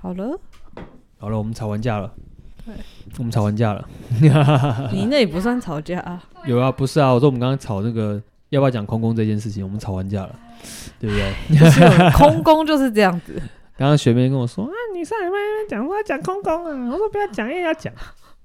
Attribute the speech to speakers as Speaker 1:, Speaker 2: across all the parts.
Speaker 1: 好 了，
Speaker 2: 好了，我们吵完架了。
Speaker 1: 对，
Speaker 2: 我们吵完架了。
Speaker 1: 你那也不算吵架啊。
Speaker 2: 有啊，不是啊，我说我们刚刚吵那个要不要讲空宫这件事情，我们吵完架 了，对不对？
Speaker 1: 就是有空宫就是这样 子，
Speaker 2: 刚刚学妹跟我说啊，你上礼拜那边讲说要讲空宫啊，我说不要讲，也要讲。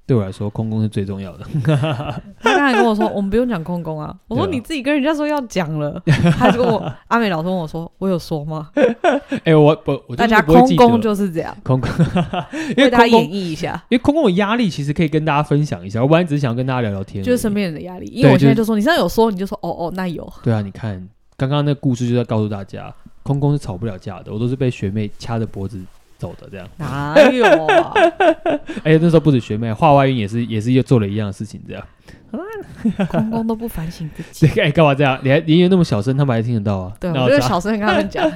Speaker 2: 对我来说，空宫是最重要的。
Speaker 1: 他刚才跟我说我们不用讲空宫啊，我说
Speaker 2: 对啊
Speaker 1: 你自己跟人家说要讲了，他就跟我阿美老师问我说我有说吗？
Speaker 2: 哎、我不， 我
Speaker 1: 大
Speaker 2: 真
Speaker 1: 家
Speaker 2: 的不会
Speaker 1: 空
Speaker 2: 记
Speaker 1: 宫
Speaker 2: 得
Speaker 1: 就是这样，
Speaker 2: 空宫，因
Speaker 1: 为
Speaker 2: 为
Speaker 1: 大家
Speaker 2: 空
Speaker 1: 演
Speaker 2: 宫，因
Speaker 1: 绎一下，
Speaker 2: 为空宫的压力其实可以跟大家分享一下，我本来只是想跟大家聊聊天而已，
Speaker 1: 就是身边人的压力。因为
Speaker 2: 对
Speaker 1: 我现在
Speaker 2: 就
Speaker 1: 就说你现在有说，你就说哦哦那有，
Speaker 2: 对啊，你看刚刚那故事就在告诉大家，空空是吵不了架的，我都是被学妹掐着脖子走的这样。
Speaker 1: 哪有啊？
Speaker 2: 而且那时候不止学妹，话外音也是也是又做了一样的事情这样。
Speaker 1: 空宫都不反省自 己
Speaker 2: 这。个哎，干嘛这样？你还你有那么小声，他们还听得到啊？
Speaker 1: 对，
Speaker 2: 那
Speaker 1: 我就
Speaker 2: 咋
Speaker 1: 小声跟他们 讲，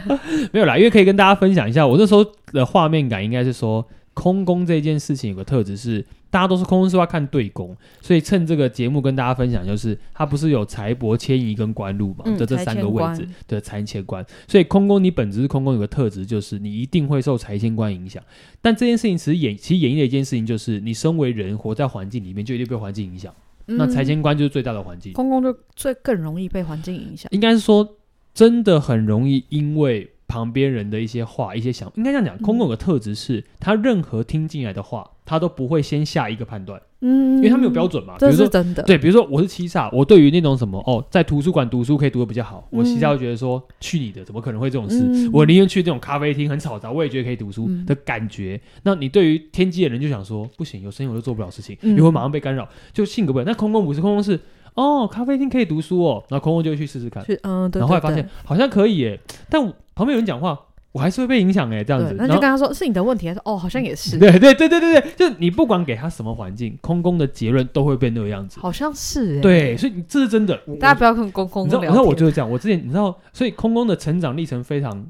Speaker 2: 没有啦，因为可以跟大家分享一下，我那时候的画面感应该是说，空宫这件事情有个特质是，大家都说空宫是要看对宫，所以趁这个节目跟大家分享，就是它不是有财帛、迁移跟官禄嘛，
Speaker 1: 嗯
Speaker 2: 这这
Speaker 1: 财
Speaker 2: 三个
Speaker 1: 迁
Speaker 2: 位
Speaker 1: 官
Speaker 2: 置的财迁官，所以空宫你本质是空宫有个特质就是你一定会受财迁官影响，但这件事情其实演其实演绎的一件事情就是，你身为人活在环境里面就一定被环境影响，那财
Speaker 1: 嗯
Speaker 2: 迁官就是最大的环境，
Speaker 1: 空宫就最更容易被环境影响。
Speaker 2: 应该是说真的很容易因为旁边人的一些话、一些想，应该这样讲，
Speaker 1: 嗯
Speaker 2: 空空有个特质是，他任何听进来的话，他都不会先下一个判断，
Speaker 1: 嗯，
Speaker 2: 因为他没有标，准嘛。比
Speaker 1: 这
Speaker 2: 如
Speaker 1: 是
Speaker 2: 说，
Speaker 1: 真的。
Speaker 2: 对，比如说我是七煞，我对于那种什么哦，在图书馆读书可以读的比较好，我七煞
Speaker 1: 嗯
Speaker 2: 会觉得说，去你的，怎么可能会这种事？
Speaker 1: 嗯，
Speaker 2: 我宁愿去那种咖啡厅很吵杂，我也觉得可以读书
Speaker 1: 嗯
Speaker 2: 的感觉。那你对于天机的人就想说，不行，有声音我就做不了事情，
Speaker 1: 嗯
Speaker 2: 你会马上被干扰，就性格不一样。那空空不是，空空是哦，咖啡厅可以读书哦，然后空空就会去试试看，
Speaker 1: 去嗯，对，
Speaker 2: 然后后来
Speaker 1: 对
Speaker 2: 发现好像可以耶，但我旁边有人讲话，我还是会被影响哎，这样
Speaker 1: 对，
Speaker 2: 子。
Speaker 1: 那
Speaker 2: 然
Speaker 1: 就
Speaker 2: 后嗯
Speaker 1: 跟他说是你的问题，他说哦，好像也是，
Speaker 2: 对对对对对对，就是你不管给他什么环境，空空的结论都会变那个样子。
Speaker 1: 好像是欸，
Speaker 2: 对，所以你这是真的。我
Speaker 1: 大家不要跟公公
Speaker 2: 你知道，
Speaker 1: 聊
Speaker 2: 你
Speaker 1: 天。
Speaker 2: 知道我就是这样。我之前你知道，所以空空的成长历程非常，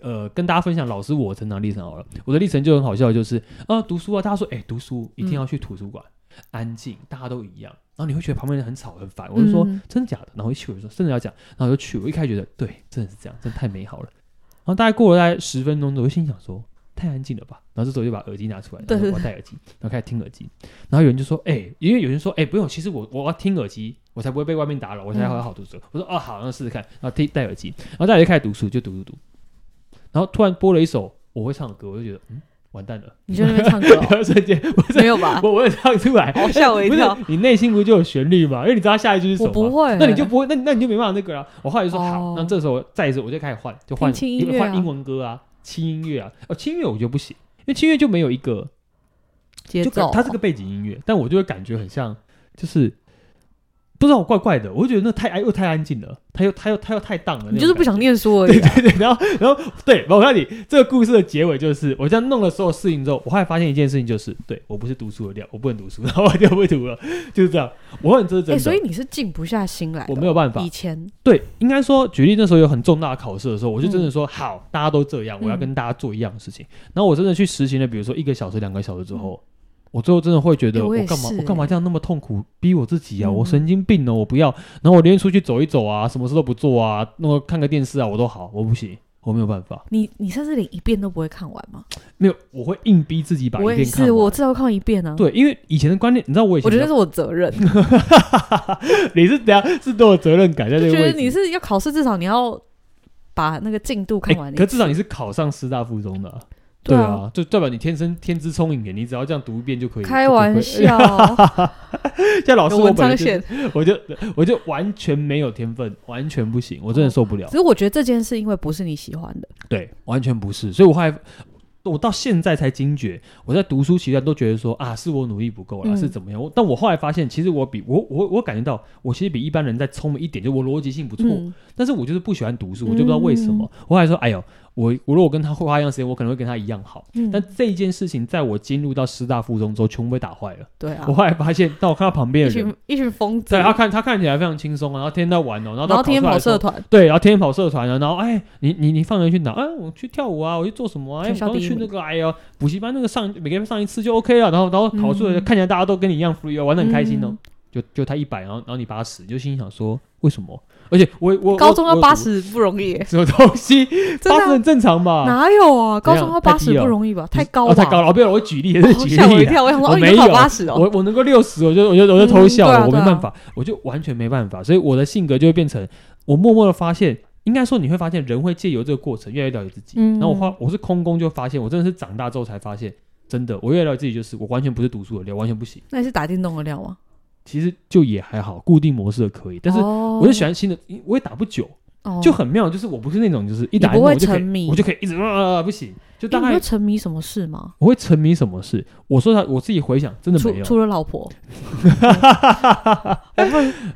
Speaker 2: 呃，跟大家分享老师我的成长历程好了。我的历程就很好笑，就是啊，读书啊，大家说，哎、读书一定要去图书馆，安静，大家都一样。然后你会觉得旁边人很吵很烦，我就说、
Speaker 1: 嗯
Speaker 2: 真的假的？然后一去我就说真的要讲，然后我就去。我一开始觉得对，真的是这样，真的太美好了。然后大概过了大概十分钟左右，我就心想说太安静了吧。然后这时候我就把耳机拿出来，
Speaker 1: 对
Speaker 2: 然后
Speaker 1: 对
Speaker 2: 我戴耳机，然后开始听耳机。然后有人就说：“哎、因为有人说，哎、不用，其实我我要听耳机，我才不会被外面打
Speaker 1: 嗯
Speaker 2: 扰，我才会好读书。我说：“哦，好，那试试看。”然后听戴耳机，然后大家就开始读书，就读读读。然后突然播了一首我会唱的歌，我就觉得嗯，完蛋了，
Speaker 1: 你就在那边唱歌哦，
Speaker 2: 然后瞬间我
Speaker 1: 没
Speaker 2: 这
Speaker 1: 有吧？
Speaker 2: 我我也唱出来，
Speaker 1: 好吓我一
Speaker 2: 不是
Speaker 1: 跳，
Speaker 2: 你内心不就有旋律吗？因为你知道下一句是什
Speaker 1: 我
Speaker 2: 么
Speaker 1: 不
Speaker 2: 吗。
Speaker 1: 会欸，
Speaker 2: 那你就不会，那那你就没办法那个了。我后来就说好
Speaker 1: 哦，
Speaker 2: 那这时候再一次我就开始换，就换
Speaker 1: 听轻音乐啊
Speaker 2: 换英文歌啊，轻音乐啊，哦，轻音乐我就不行，因为轻音乐就没有一个
Speaker 1: 节
Speaker 2: 就感
Speaker 1: 奏，
Speaker 2: 它是个背景音乐，但我就会感觉很像，就是不知道我怪怪的，我就觉得那太安又太安静了，它又它又它又太荡了，
Speaker 1: 你就是不想。念书而已
Speaker 2: 对
Speaker 1: 啊。
Speaker 2: 对对， 然后然后对，我告诉你，这个故事的结尾就是，我这样弄了所有事情之后，我后来发现一件事情，就是对我不是读书的料，我不能读书，然后我就不会读了，就是这样。我很这是真
Speaker 1: 哎，
Speaker 2: 的，
Speaker 1: 所以你是静不下心来的。
Speaker 2: 我没有办法
Speaker 1: 以。前
Speaker 2: 对，应该说，举例那时候有很重大的考试的时候，我就真的
Speaker 1: 嗯
Speaker 2: 说、好，大家都这样，我要
Speaker 1: 嗯
Speaker 2: 跟大家做一样的事情。然后我真的去实行了，比如说一个小时、两个小时之后，我最后真的会觉得、
Speaker 1: 哎嗯我也
Speaker 2: 干嘛
Speaker 1: 是
Speaker 2: 我干嘛这样那么痛苦，逼我自己啊，
Speaker 1: 嗯
Speaker 2: 我神经病哦，我不要。然后我连出去走一走啊，什么事都不做啊，那么看个电视啊，我都好，我不行，我没有办法，
Speaker 1: 你你甚至连一遍都不会看完吗？
Speaker 2: 没有，我会硬逼自己把
Speaker 1: 我
Speaker 2: 一
Speaker 1: 也
Speaker 2: 遍看
Speaker 1: 是，
Speaker 2: 完。
Speaker 1: 我至少看一遍啊。
Speaker 2: 对，因为以前的观念，你知道我以
Speaker 1: 我
Speaker 2: 前
Speaker 1: 觉得
Speaker 2: 比
Speaker 1: 是我责 任，
Speaker 2: 较 你是怎样是都有责任感在这
Speaker 1: 就
Speaker 2: 个
Speaker 1: 觉
Speaker 2: 位
Speaker 1: 得
Speaker 2: 置，
Speaker 1: 你是要考试，至少你要把那个进度看
Speaker 2: 哎
Speaker 1: 完。
Speaker 2: 可至少你是考上师大附中的啊、
Speaker 1: 对
Speaker 2: 对
Speaker 1: 啊，
Speaker 2: 啊，就代表你天生天资聪颖的，你只要这样读一遍就可以。
Speaker 1: 开
Speaker 2: 就可以
Speaker 1: 玩， 笑，
Speaker 2: 像老师
Speaker 1: 有
Speaker 2: 我
Speaker 1: 文
Speaker 2: 本来
Speaker 1: 章
Speaker 2: 就
Speaker 1: 写
Speaker 2: 我就我就完全没有天分，完全不行，我真的 受不了
Speaker 1: 只。是我觉得这件事因为不是你喜欢的，
Speaker 2: 对，完全不是，所以我还我到现在才惊觉，我在读书期间都觉得说啊，是我努力不够啦，
Speaker 1: 嗯
Speaker 2: 是怎么样？我但我后来发现，其实我比我我我感觉到，我其实比一般人再聪明一点，就我逻辑性不错，
Speaker 1: 嗯，
Speaker 2: 但是我就是不喜欢读书，我就不知道为什么。我还说，哎呦，我我如果跟他花一样时间，我可能会跟他一样好。
Speaker 1: 嗯
Speaker 2: 但这一件事情，在我进入到师大附中之后，全部被打坏了。
Speaker 1: 对啊
Speaker 2: 我，后来发现，当我看到旁边
Speaker 1: 一
Speaker 2: 的人，
Speaker 1: 群一群疯子，
Speaker 2: 对他看他看起来非常轻松啊，然后天天在玩哦，然后
Speaker 1: 然
Speaker 2: 到
Speaker 1: 后天天跑
Speaker 2: 考出来
Speaker 1: 社
Speaker 2: 的时候，
Speaker 1: 团，
Speaker 2: 对，然后天天跑社团啊，然后哎，你你你放学去哪？哎，我去跳舞啊，我去做什么啊？
Speaker 1: 全
Speaker 2: 哎，我
Speaker 1: 校
Speaker 2: 刚
Speaker 1: 第一
Speaker 2: 去那
Speaker 1: 名
Speaker 2: 个哎呀补习班那个上每个月上一次就 OK 啊了，然后然后考出来
Speaker 1: 嗯
Speaker 2: 看起来大家都跟你一样 free 哦，玩的很开心哦
Speaker 1: 嗯。
Speaker 2: 就就他一百，然后然后你八十，就心里想说为什么？而且我我
Speaker 1: 高中要八，十不容易耶，
Speaker 2: 我有读什么东西？
Speaker 1: 真
Speaker 2: 八
Speaker 1: 的
Speaker 2: 十
Speaker 1: 啊、
Speaker 2: 很正常吧？
Speaker 1: 哪有啊？
Speaker 2: 怎
Speaker 1: 高
Speaker 2: 样
Speaker 1: 中要
Speaker 2: 太
Speaker 1: 八
Speaker 2: 低
Speaker 1: 十
Speaker 2: 了
Speaker 1: 不容易吧？太高
Speaker 2: 哦，
Speaker 1: 了吧，
Speaker 2: 太高了，哦不要我举例，这是 举
Speaker 1: 吓我一
Speaker 2: 例啊。
Speaker 1: 跳，我想说
Speaker 2: 我
Speaker 1: 哦，
Speaker 2: 没
Speaker 1: 你考
Speaker 2: 有
Speaker 1: 八十哦，
Speaker 2: 我我能够六十，我就我就我就偷
Speaker 1: 嗯
Speaker 2: 笑
Speaker 1: 对
Speaker 2: 了，
Speaker 1: 啊
Speaker 2: 我没
Speaker 1: 对啊
Speaker 2: 办法，我就完全没办法，所以我的性格就会变成，我默默的发现，应该说你会发现人会借由这个过程越来越了解自己。
Speaker 1: 嗯
Speaker 2: 然后我发我是空工就发现，我真的是长大之后才发现，真的我越来越了解自己，就是我完全不是读书的料，完全不行。
Speaker 1: 那你是打电动的料吗？
Speaker 2: 其实就也还好，固定模式的可以，但是我
Speaker 1: 我
Speaker 2: 就喜欢新的，因我也打不久，就很妙，就是我不是那种就是一打
Speaker 1: 哦你不会
Speaker 2: 电动我就可以
Speaker 1: 沉迷
Speaker 2: 我就可以一直啊啊啊不行，就大
Speaker 1: 你
Speaker 2: 概
Speaker 1: 会沉迷什么事吗？
Speaker 2: 我会沉迷什么事？我说他我自己回想，真的
Speaker 1: 除
Speaker 2: 没有。
Speaker 1: 除了老 婆，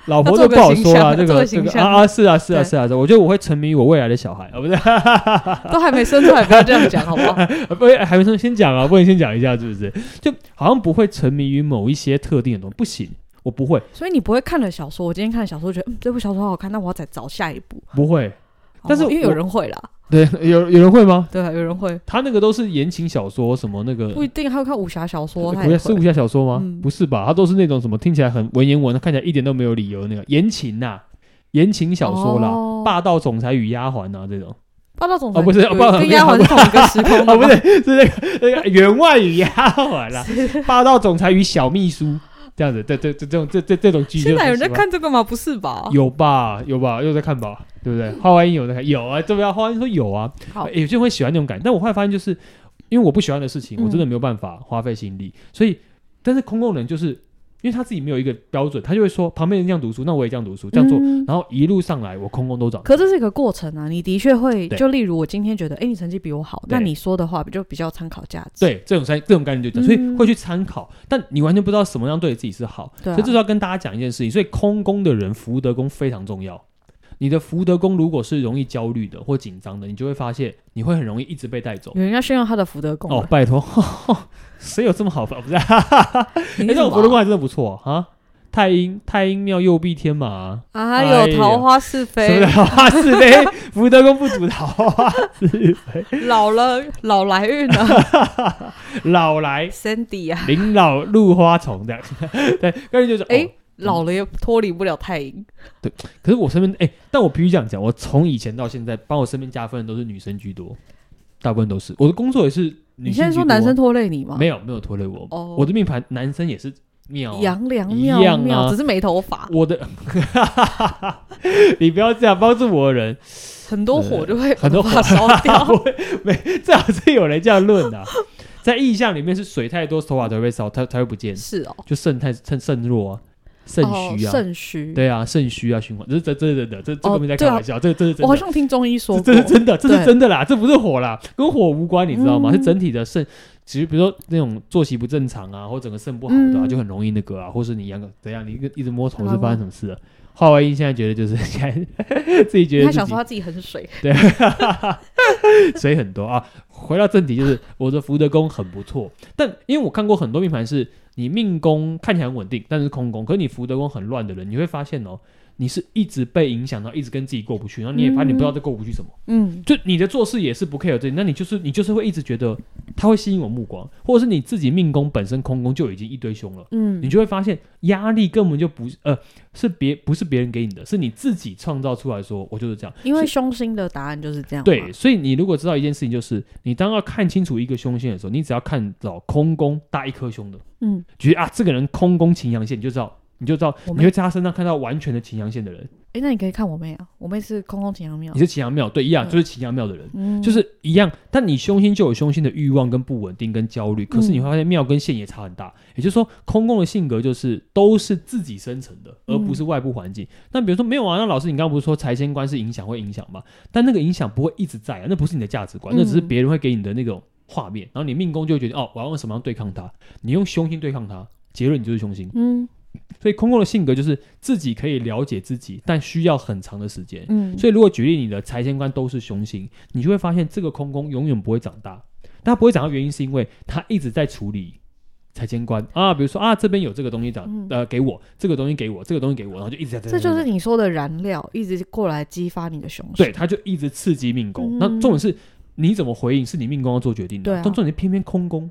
Speaker 2: 老婆都不好说啦，
Speaker 1: 要
Speaker 2: 这
Speaker 1: 做个
Speaker 2: 个这
Speaker 1: 形象要做个
Speaker 2: 个
Speaker 1: 形象
Speaker 2: 啊啊是啊是啊
Speaker 1: 对
Speaker 2: 是啊，是啊我觉得我会沉迷于我未来的小孩啊，不是，
Speaker 1: 都还没生出来，不要这样讲好不好？
Speaker 2: 不是，还没说先讲啊，不能先讲一下是不是？就好像不会沉迷于某一些特定的东西，不行，我不会
Speaker 1: 所以你不会看了小说，我今天看了小说，觉得嗯这部小说好好看，那我要再找下一部。
Speaker 2: 不会，但是
Speaker 1: 哦因为
Speaker 2: 我
Speaker 1: 有人会啦，
Speaker 2: 对，有有人会吗？
Speaker 1: 对啊，有人会
Speaker 2: 他那个都是言情小说，什么那个
Speaker 1: 不一定，还有看武侠小说，他
Speaker 2: 不
Speaker 1: 也
Speaker 2: 是是武
Speaker 1: 会。
Speaker 2: 侠小说吗？
Speaker 1: 嗯
Speaker 2: 不是吧？他都是那种什么听起来很文言文，看起来一点都没有理由的那个言情呐、言情小说啦，
Speaker 1: 哦
Speaker 2: 霸道总裁与丫鬟呐、啊这 种。
Speaker 1: 霸道总裁
Speaker 2: 哦不是
Speaker 1: 跟
Speaker 2: 霸道
Speaker 1: 跟丫鬟是同一个时空的
Speaker 2: 哦，不
Speaker 1: 吗，
Speaker 2: 是，是那个那个员外与丫 鬟 啦，霸道总裁与小秘书这样子，这这这这种这这这种剧就
Speaker 1: 现在有
Speaker 2: 很
Speaker 1: 人在
Speaker 2: 喜欢。
Speaker 1: 看这个吗？不是吧？
Speaker 2: 有吧，有吧，又在看吧，对不对？花花音有在看，有啊，对不对？花花音说有啊，
Speaker 1: 好
Speaker 2: 诶有些人会喜欢那种感觉，但我后来发现，就是因为我不喜欢的事情，
Speaker 1: 嗯
Speaker 2: 我真的没有办法花费心力，所以，但是空空人就是因为他自己没有一个标准，他就会说旁边人这样读书，那我也这样读书，这样做，
Speaker 1: 嗯
Speaker 2: 然后一路上来，我空空都长，
Speaker 1: 可这是一个过程啊，你的确会，
Speaker 2: 对
Speaker 1: 就例如我今天觉得，哎，你成绩比我好，
Speaker 2: 对
Speaker 1: 那你说的话就比较参考价值。
Speaker 2: 对，这种概这种概念就讲，
Speaker 1: 嗯
Speaker 2: 所以会去参考，但你完全不知道什么样对自己是好，
Speaker 1: 对啊
Speaker 2: 所以这是要跟大家讲一件事情，所以空宫的人福德宫非常重要。你的福德宫如果是容易焦虑的或紧张的，你就会发现你会很容易一直被带走。
Speaker 1: 有人要炫耀他的福德宫
Speaker 2: 哦，
Speaker 1: 啊，
Speaker 2: 拜托， 谁有这么好法？不是、啊，
Speaker 1: 你怎
Speaker 2: 哎、这
Speaker 1: 么
Speaker 2: 种福德宫还真的不错啊！啊太阴太阴庙右臂天马、啊，
Speaker 1: 啊，
Speaker 2: 哎呀
Speaker 1: 有桃花是
Speaker 2: 什么
Speaker 1: 非，
Speaker 2: 桃花是 非，福德宫不啊主桃花是非，
Speaker 1: 老了老来运了
Speaker 2: 老来
Speaker 1: ，Sandy 啊，
Speaker 2: 临老入花丛的， 对，跟住就是
Speaker 1: 哎
Speaker 2: 哦
Speaker 1: 老了也脱离不了太阴，
Speaker 2: 可是我身边哎、但我必须这样讲，我从以前到现在，帮我身边加分的都是女生居多，大部分都是我的工作也是女性
Speaker 1: 你现在
Speaker 2: 居多
Speaker 1: 说
Speaker 2: 啊
Speaker 1: 男生拖累你吗？
Speaker 2: 没有没有拖累我，
Speaker 1: 哦
Speaker 2: 我的命盘男生也是妙、啊，
Speaker 1: 杨良
Speaker 2: 一
Speaker 1: 妙
Speaker 2: 样
Speaker 1: 妙，
Speaker 2: 啊
Speaker 1: 只是没头发，
Speaker 2: 我的， 你不要这样帮助我的 人，
Speaker 1: 很多火就会
Speaker 2: 很多火
Speaker 1: 把它烧掉。
Speaker 2: 不会没最好是有人这样论的啊、在意象里面是水太多，头发才会被烧，它才会不见，
Speaker 1: 是哦，
Speaker 2: 就肾太肾肾弱啊，肾虚
Speaker 1: 哦
Speaker 2: 啊。
Speaker 1: 肾虚。，
Speaker 2: 对啊，肾虚啊，循环，这这这真的，这这个
Speaker 1: 哦
Speaker 2: 没在开
Speaker 1: 对啊
Speaker 2: 玩笑，这这是真
Speaker 1: 我好。
Speaker 2: 的
Speaker 1: 像听中医说
Speaker 2: 这
Speaker 1: 过
Speaker 2: 这，是真的，这是
Speaker 1: 对
Speaker 2: 真的啦，这不是火啦，跟火无关，你知道吗？
Speaker 1: 嗯
Speaker 2: 是整体的肾，其实比如说那种作息不正常啊，或整个肾不好的啊，
Speaker 1: 嗯
Speaker 2: 就很容易那个啊，或是你养个怎样，你一个一直摸头
Speaker 1: 好
Speaker 2: 是
Speaker 1: 吧
Speaker 2: 发生什么事了？画外音现在觉得就是 现在自己觉得
Speaker 1: 他
Speaker 2: 自
Speaker 1: 想
Speaker 2: 己
Speaker 1: 说他自己很水，
Speaker 2: 水很多啊。回到正题，就是我的福德宫很不错，但因为我看过很多命盘是，你命宫看起来很稳定，但是空宫，可是你福德宫很乱的人，你会发现哦，你是一直被影响到，一直跟自己过不去，然后你也发现你不知道这过不去什么。
Speaker 1: 嗯，
Speaker 2: 就你的做事也是不 care 这，那你就是你就是会一直觉得他会吸引我目光，或者是你自己命宫本身空宫就已经一堆凶了，你
Speaker 1: 嗯，
Speaker 2: 就会发现压力根本就不是呃是别不是别人给你的，是你自己创造出来说我就是这样。
Speaker 1: 因为凶星的答案就是这样嘛。
Speaker 2: 对，所以你如果知道一件事情，就是你当要看清楚一个凶线的时候，你只要看到空宫大一颗凶的，
Speaker 1: 嗯，
Speaker 2: 觉得啊这个人空宫擎羊线，你就知道你就知道
Speaker 1: 我
Speaker 2: 你
Speaker 1: 们
Speaker 2: 会在他身上看到完全的擎羊线的人，
Speaker 1: 哎，那你可以看我妹啊，我妹是空空晴阳庙
Speaker 2: 你，是擎羊庙对一样
Speaker 1: 嗯
Speaker 2: 就是擎羊庙的人。
Speaker 1: 嗯，
Speaker 2: 就是一样，但你凶星就有凶星的欲望跟不稳定跟焦虑，可是你会发现庙跟线也差很大。也就是说，空宫的性格就是都是自己生成的，而不是外部环境。那、比如说没有啊，那老师你刚刚不是说财仙观是影响会影响吗？但那个影响不会一直在啊，那不是你的价值观，
Speaker 1: 嗯
Speaker 2: 那只是别人会给你的那种画面，然后你命宫就会觉得哦，我要用什么样对抗它？你用凶星对抗它，结论你就是凶星。
Speaker 1: 嗯
Speaker 2: 所以空宫的性格就是自己可以了解自己，但需要很长的时间。
Speaker 1: 嗯，
Speaker 2: 所以如果举例你的财仙官都是凶星，你就会发现这个空宫永远不会长大。但它不会长大的原因是因为它一直在处理财仙官啊，比如说啊这边有这个东西长、
Speaker 1: 嗯
Speaker 2: 呃给我，这个东西给我，这个东西给我，然后就一直在
Speaker 1: 这就是你说的燃料，一直过来激发你的雄性。
Speaker 2: 对，它就一直刺激命宫。
Speaker 1: 嗯
Speaker 2: 那重点是你怎么回应，是你命宫要做决定的。
Speaker 1: 对啊
Speaker 2: 但重点是偏偏空
Speaker 1: 嗯
Speaker 2: 宫，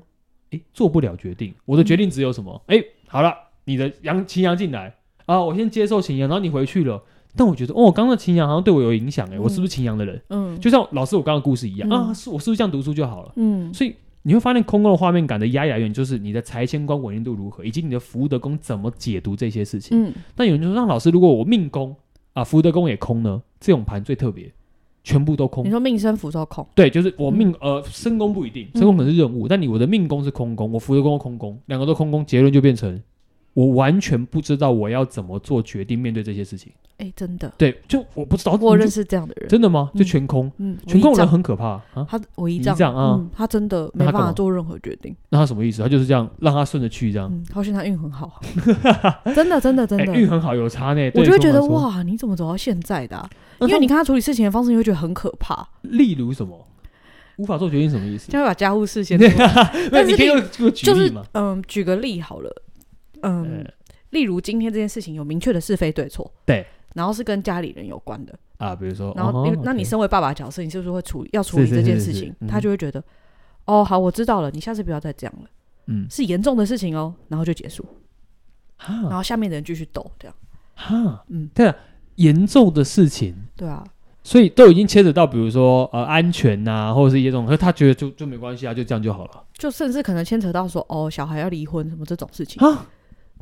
Speaker 2: 哎，做不了决定。我的决定只有什么？哎、好了，你的阳擎羊进来，啊，我先接受秦阳，然后你回去了。但我觉得，哦，刚刚的秦阳好像对我有影响，哎，我是不是秦阳的人？
Speaker 1: 嗯，
Speaker 2: 就像老师我刚刚的故事一样、
Speaker 1: 嗯
Speaker 2: 啊，是我是不是这样读书就好了？
Speaker 1: 嗯
Speaker 2: 所以你会发现，空宫的画面感的压力来源就是你的财迁观稳定度如何，以及你的福德宫怎么解读这些事情。
Speaker 1: 嗯，
Speaker 2: 那有人就说，让老师，如果我命宫啊，福德宫也空呢，这种盘最特别，全部都空
Speaker 1: 你。说命生符咒控，
Speaker 2: 对，就是我命、
Speaker 1: 嗯
Speaker 2: 呃，身宫不一定，身宫可能是任务，但你我的命宫是空宫，我福德宫是空宫，两个都空宫，结论就变成我完全不知道我要怎么做决定面对这些事情。
Speaker 1: 哎，真的，
Speaker 2: 对，就我不知道，
Speaker 1: 我
Speaker 2: 嗯你就
Speaker 1: 认识这样的人，
Speaker 2: 真的吗？
Speaker 1: 嗯
Speaker 2: 就全空，
Speaker 1: 嗯，我
Speaker 2: 全空
Speaker 1: 一
Speaker 2: 的人
Speaker 1: 仗
Speaker 2: 很可怕啊！
Speaker 1: 他我一
Speaker 2: 你
Speaker 1: 仗
Speaker 2: 这样啊
Speaker 1: 嗯，他真的
Speaker 2: 那
Speaker 1: 没办
Speaker 2: 他干
Speaker 1: 法
Speaker 2: 嘛
Speaker 1: 做任何决定，
Speaker 2: 那他什么意思？他就是这样让他顺着去这样，
Speaker 1: 嗯，好险他运很 好，真的真的真
Speaker 2: 哎，
Speaker 1: 的，
Speaker 2: 运很好有差呢。
Speaker 1: 我
Speaker 2: 哎对
Speaker 1: 就会
Speaker 2: 空
Speaker 1: 觉
Speaker 2: 来
Speaker 1: 得
Speaker 2: 说，嗯
Speaker 1: 哇，你怎么走到现在的啊？
Speaker 2: 那
Speaker 1: 因为
Speaker 2: 他
Speaker 1: 你看他处理事情的方式，你会觉得很可怕，
Speaker 2: 例如什么无法做决定什么意思？
Speaker 1: 就会把家务事先做
Speaker 2: 对，那
Speaker 1: 但
Speaker 2: 你
Speaker 1: 是
Speaker 2: 可以
Speaker 1: 例
Speaker 2: 用这个举
Speaker 1: 就是
Speaker 2: 例嘛？
Speaker 1: 嗯，举个例好了，嗯
Speaker 2: 呃，
Speaker 1: 例如今天这件事情有明确的是非对错，
Speaker 2: 对，
Speaker 1: 然后是跟家里人有关的，
Speaker 2: 啊，比如说，
Speaker 1: 然后
Speaker 2: 哦
Speaker 1: 例
Speaker 2: 吼
Speaker 1: 如那你
Speaker 2: OK
Speaker 1: 身为爸爸的角色，你是不是会处理要处
Speaker 2: 是
Speaker 1: 理
Speaker 2: 是
Speaker 1: 这件
Speaker 2: 是
Speaker 1: 事
Speaker 2: 是
Speaker 1: 情
Speaker 2: 嗯？
Speaker 1: 他就会觉得，哦，好，我知道了，你下次不要再这样了，
Speaker 2: 嗯
Speaker 1: 是严重的事情哦，然后就结束，然
Speaker 2: 哈
Speaker 1: 后下面的人继续斗，这样，
Speaker 2: 哈，
Speaker 1: 嗯，
Speaker 2: 对啊，严重的事情。
Speaker 1: 对啊，
Speaker 2: 所以都已经牵扯到，比如说呃安全呐、或者是一些这种，可是他觉得就就没关系啊，就这样就好了
Speaker 1: 就甚至可能牵扯到说，哦，小孩要离婚什么这种事情，
Speaker 2: 啊，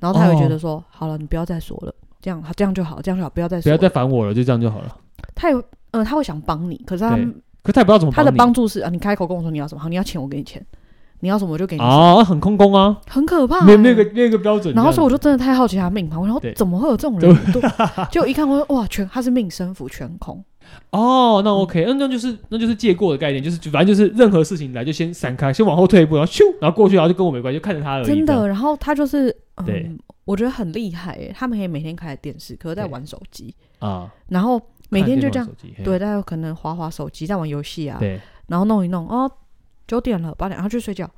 Speaker 1: 然后他会觉
Speaker 2: 哦
Speaker 1: 得说，好了，你不要再说了，这样这样就好，这样就好，不要再
Speaker 2: 不
Speaker 1: 说
Speaker 2: 要
Speaker 1: 了，
Speaker 2: 再烦我了，就这样就好了。
Speaker 1: 他有，嗯，他会想帮你，可是他
Speaker 2: 对可是他也不知道怎么
Speaker 1: 他的
Speaker 2: 你
Speaker 1: 帮助是啊，你开口跟我说你要什么，好，你要钱我给你钱，你要什么我就给你什么，
Speaker 2: 啊，很空宫啊，
Speaker 1: 很可怕、
Speaker 2: 没
Speaker 1: 欸。
Speaker 2: 有没有一个没有一个标准这样子。
Speaker 1: 然后说我就真的太好奇他命盘，我想
Speaker 2: 对
Speaker 1: 说怎么会有这种
Speaker 2: 怎
Speaker 1: 人？对，就一看我说哇，全他是命生符全空，
Speaker 2: 哦，那 OK，嗯，那就是那就是借过的概念，就是就反正就是任何事情来就先闪开，先往后退一步，然后咻，然后过去，然后就跟我没关系，就看着他而已。
Speaker 1: 真
Speaker 2: 这样
Speaker 1: 的。然后他就是
Speaker 2: 对
Speaker 1: 嗯，我觉得很厉害耶，他们可以每天开着电视，可是在
Speaker 2: 对
Speaker 1: 玩手机，
Speaker 2: 啊，
Speaker 1: 然后每天就这样
Speaker 2: 看，电脑手机，嘿
Speaker 1: 对，大家可能划划手机，在玩游戏啊，
Speaker 2: 对
Speaker 1: 然后弄一弄哦，九点了八点，然后去睡觉，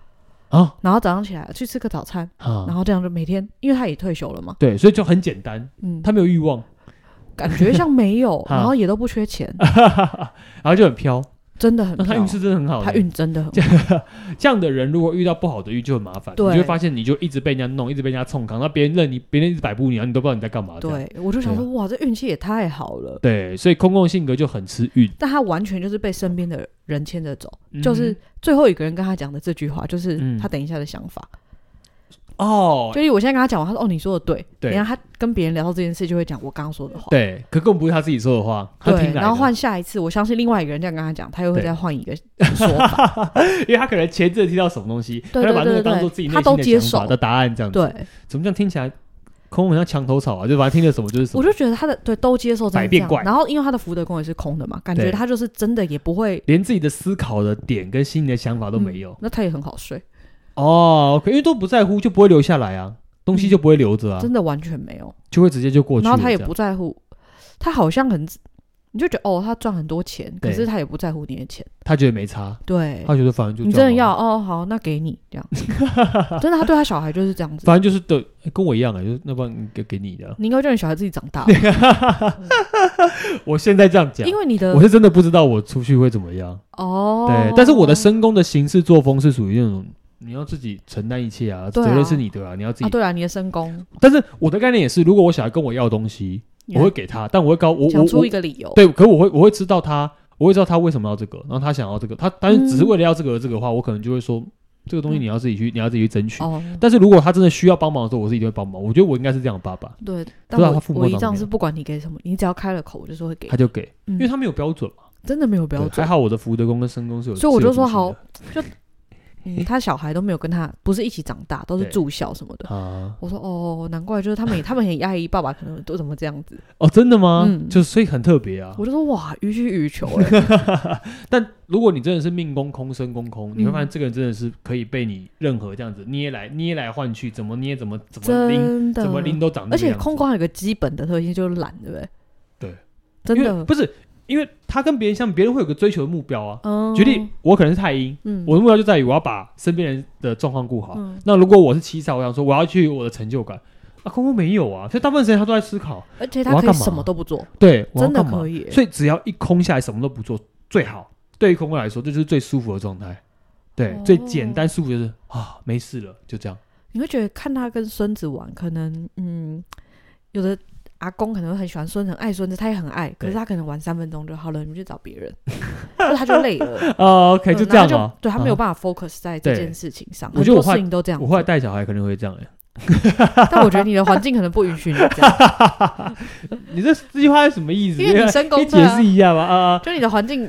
Speaker 2: 啊
Speaker 1: 然后早上起来去吃个早餐，然
Speaker 2: 啊，
Speaker 1: 后这样就每天，因为他也退休了嘛，
Speaker 2: 对，所以就很简单，
Speaker 1: 嗯，
Speaker 2: 他没有欲望， ，
Speaker 1: 感觉像没有
Speaker 2: 啊
Speaker 1: 然后也都不缺钱，
Speaker 2: 然后就很飘。
Speaker 1: 真的很
Speaker 2: 那他
Speaker 1: 漂
Speaker 2: 运
Speaker 1: 亮。
Speaker 2: 势真的很啊好呢，
Speaker 1: 他运真 的很好，
Speaker 2: 这样的人如果遇到不好的运就很麻烦，你
Speaker 1: 对
Speaker 2: 就会发现你就一直被人家弄，一直被人家冲扛，那别人认你，别人一直摆布你，然后你都不知道你在干嘛。这样
Speaker 1: 对我就想
Speaker 2: 啊
Speaker 1: 说，哇，这运气也太好了。
Speaker 2: 对，所以空空性格就很吃运，
Speaker 1: 但他完全就是被身边的人牵着走，
Speaker 2: 嗯
Speaker 1: 就是最后一个人跟他讲的这句话，就是
Speaker 2: 嗯
Speaker 1: 他等一下的想法。
Speaker 2: 哦，
Speaker 1: 就是我现在跟他讲完，他说：“哦，你说的对。”
Speaker 2: 对
Speaker 1: 然后他跟别人聊到这件事，就会讲我刚刚说的话。
Speaker 2: 对，可根本不是他自己说的话，他
Speaker 1: 对
Speaker 2: 听，来
Speaker 1: 然后
Speaker 2: 的，
Speaker 1: 换下一次，我相信另外一个人这样跟他讲，他又会
Speaker 2: 对
Speaker 1: 再换一个说 法。
Speaker 2: 因为他可能前阵子听到什么东西，
Speaker 1: 对
Speaker 2: 他就把
Speaker 1: 对
Speaker 2: 那
Speaker 1: 对
Speaker 2: 个当做
Speaker 1: 对
Speaker 2: 自己内
Speaker 1: 他都
Speaker 2: 心
Speaker 1: 接
Speaker 2: 的想法
Speaker 1: 受
Speaker 2: 的答案这样子。，
Speaker 1: 对，
Speaker 2: 怎么这样听起来，空空很像墙头草啊，就反正听了什么就是什
Speaker 1: 我
Speaker 2: 么，
Speaker 1: 就觉得他的对都接受真
Speaker 2: 百
Speaker 1: 的这
Speaker 2: 变
Speaker 1: 样
Speaker 2: 怪。
Speaker 1: 然后因为他的福德宫也是空的嘛，感觉
Speaker 2: 对
Speaker 1: 他就是真的也不会
Speaker 2: 连自己的思考的点跟心里的想法
Speaker 1: 嗯
Speaker 2: 都没有。
Speaker 1: 那他也很好睡，
Speaker 2: 哦，OK，因为都不在乎，就不会留下来啊，东西就不会留着啊，
Speaker 1: 嗯真的完全没有。
Speaker 2: 就会直接就过去
Speaker 1: 然
Speaker 2: 了这样。
Speaker 1: 后他也不在乎，他好像很，你就觉得哦，他赚很多钱，可
Speaker 2: 对
Speaker 1: 是他也不在乎你的钱，
Speaker 2: 他觉得没差。
Speaker 1: 对，
Speaker 2: 他觉得反正就
Speaker 1: 你
Speaker 2: 这
Speaker 1: 真的
Speaker 2: 样
Speaker 1: 要
Speaker 2: 啊，
Speaker 1: 哦，好，那给你这 样，真的，他对他小孩就是这样子。
Speaker 2: 反正就是对，跟我一样啊，就是那不然给给你的。
Speaker 1: 你应该叫你小孩自己长大，
Speaker 2: 我现在这样讲
Speaker 1: 因，为你的
Speaker 2: 我是真的不知道我出去会怎么样。
Speaker 1: 哦，
Speaker 2: 对，但是我的身宫的行事作风是属于那种你要自己承担一切啊，责
Speaker 1: 对啊
Speaker 2: 任是你的啊，你要自
Speaker 1: 啊，
Speaker 2: 己。
Speaker 1: 对啊，你的身宫，
Speaker 2: 但是我的概念也是，如果我小孩跟我要东西，我会给他，但我会告我我
Speaker 1: 讲出一
Speaker 2: 我
Speaker 1: 个理由，
Speaker 2: 对，可我会我会知道他，我会知道他为什么要这个，然后他想要这个，他但是只是为了要这个而这个的话，我可能就会说这个东西
Speaker 1: 嗯
Speaker 2: 你要自己去，你要自己去争取。
Speaker 1: 哦，
Speaker 2: 但是如果他真的需要帮忙的时候，我是一定会帮忙。我觉得我应该是这样的爸爸。
Speaker 1: 对，但
Speaker 2: 道他
Speaker 1: 我
Speaker 2: 父母
Speaker 1: 我
Speaker 2: 长
Speaker 1: 一
Speaker 2: 怎么
Speaker 1: 仗是
Speaker 2: 样
Speaker 1: 不管你给什么，你只要开了口，我就说会给
Speaker 2: 他，就给，
Speaker 1: 因
Speaker 2: 因为他没有标准嘛。
Speaker 1: 真的没有嗯标
Speaker 2: 对还
Speaker 1: 准，
Speaker 2: 好我的福德宫跟身宫是有，
Speaker 1: 所以我
Speaker 2: 是有
Speaker 1: 就说
Speaker 2: 主星的
Speaker 1: 嗯 他小孩都没有跟他不是一起长大，都是
Speaker 2: 对
Speaker 1: 住校什么的。
Speaker 2: 啊，
Speaker 1: 我说哦，难怪就是他们也，他们很压抑，爸爸可能都怎么这样子。
Speaker 2: 哦，真的吗？
Speaker 1: 嗯
Speaker 2: 就所以很特别啊
Speaker 1: 我。就说哇，予取予 求哎、
Speaker 2: 但如果你真的是命宫空身宫空，你会
Speaker 1: 嗯
Speaker 2: 发现这个人真的是可以被你任何这样子捏来捏来换去，怎么捏怎么怎么拎
Speaker 1: 真的
Speaker 2: 怎么拎都长那
Speaker 1: 而
Speaker 2: 个样子。
Speaker 1: 且空光有个基本的特性就是懒，对不对？
Speaker 2: 对，
Speaker 1: 真
Speaker 2: 因为
Speaker 1: 的，
Speaker 2: 不是因为他跟别人像，别人会有个追求的目标啊。
Speaker 1: 嗯，
Speaker 2: 举例，我可能是太阴，
Speaker 1: 嗯，
Speaker 2: 我的目标就在于我要把身边人的状况顾好。
Speaker 1: 嗯，
Speaker 2: 那如果我是七煞，我想说我要去我的成就感啊，空空没有啊，所以大部分时间他都在思考，
Speaker 1: 而且
Speaker 2: 我
Speaker 1: 他
Speaker 2: 要
Speaker 1: 可以
Speaker 2: 干嘛
Speaker 1: 什么都不做，
Speaker 2: 对，我要
Speaker 1: 真的
Speaker 2: 干嘛
Speaker 1: 可以、欸。
Speaker 2: 所以只要一空下来，什么都不做最好。对于空空来说，这就是最舒服的状态。对，
Speaker 1: 哦
Speaker 2: 最简单舒服就是 啊，没事了，就这样。
Speaker 1: 你会觉得看他跟孙子玩，可能嗯，有的阿公可能会很喜欢孙子，很爱孙子，他也很爱，可
Speaker 2: 对
Speaker 1: 是他可能玩三分钟就好了，你们去找 别人，然后他就累了，
Speaker 2: 哦，OK，
Speaker 1: 嗯
Speaker 2: 就这样
Speaker 1: 然后
Speaker 2: 哦
Speaker 1: 他。对他没有
Speaker 2: 啊
Speaker 1: 办法 focus 在这
Speaker 2: 对
Speaker 1: 件事情上，
Speaker 2: 我觉得
Speaker 1: 很多
Speaker 2: 我后来
Speaker 1: 事情都这样
Speaker 2: 我后来
Speaker 1: 子，
Speaker 2: 带小孩可能会这样哎。
Speaker 1: 但我觉得你的环境可能不允许你这 样，
Speaker 2: 你这这句话是什么意思？
Speaker 1: 因为你深
Speaker 2: 可以
Speaker 1: 宫
Speaker 2: 解
Speaker 1: 在啊
Speaker 2: 释，一下吗？啊
Speaker 1: 就你的 环境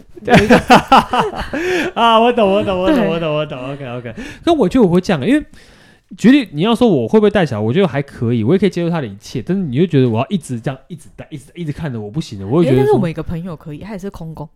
Speaker 2: 啊啊！我懂，我懂，我懂，
Speaker 1: 对
Speaker 2: 我懂，我懂。OK OK。可我觉得我会这样，因为觉得你要说我会不会带小孩，我觉得还可以，我也可以接受他的一切。但是你就觉得我要一直这样，一直带，一直一直看着我不行的，我会
Speaker 1: 诶
Speaker 2: 觉得
Speaker 1: 但是
Speaker 2: 说
Speaker 1: 我们有一个朋友可以，他也是空工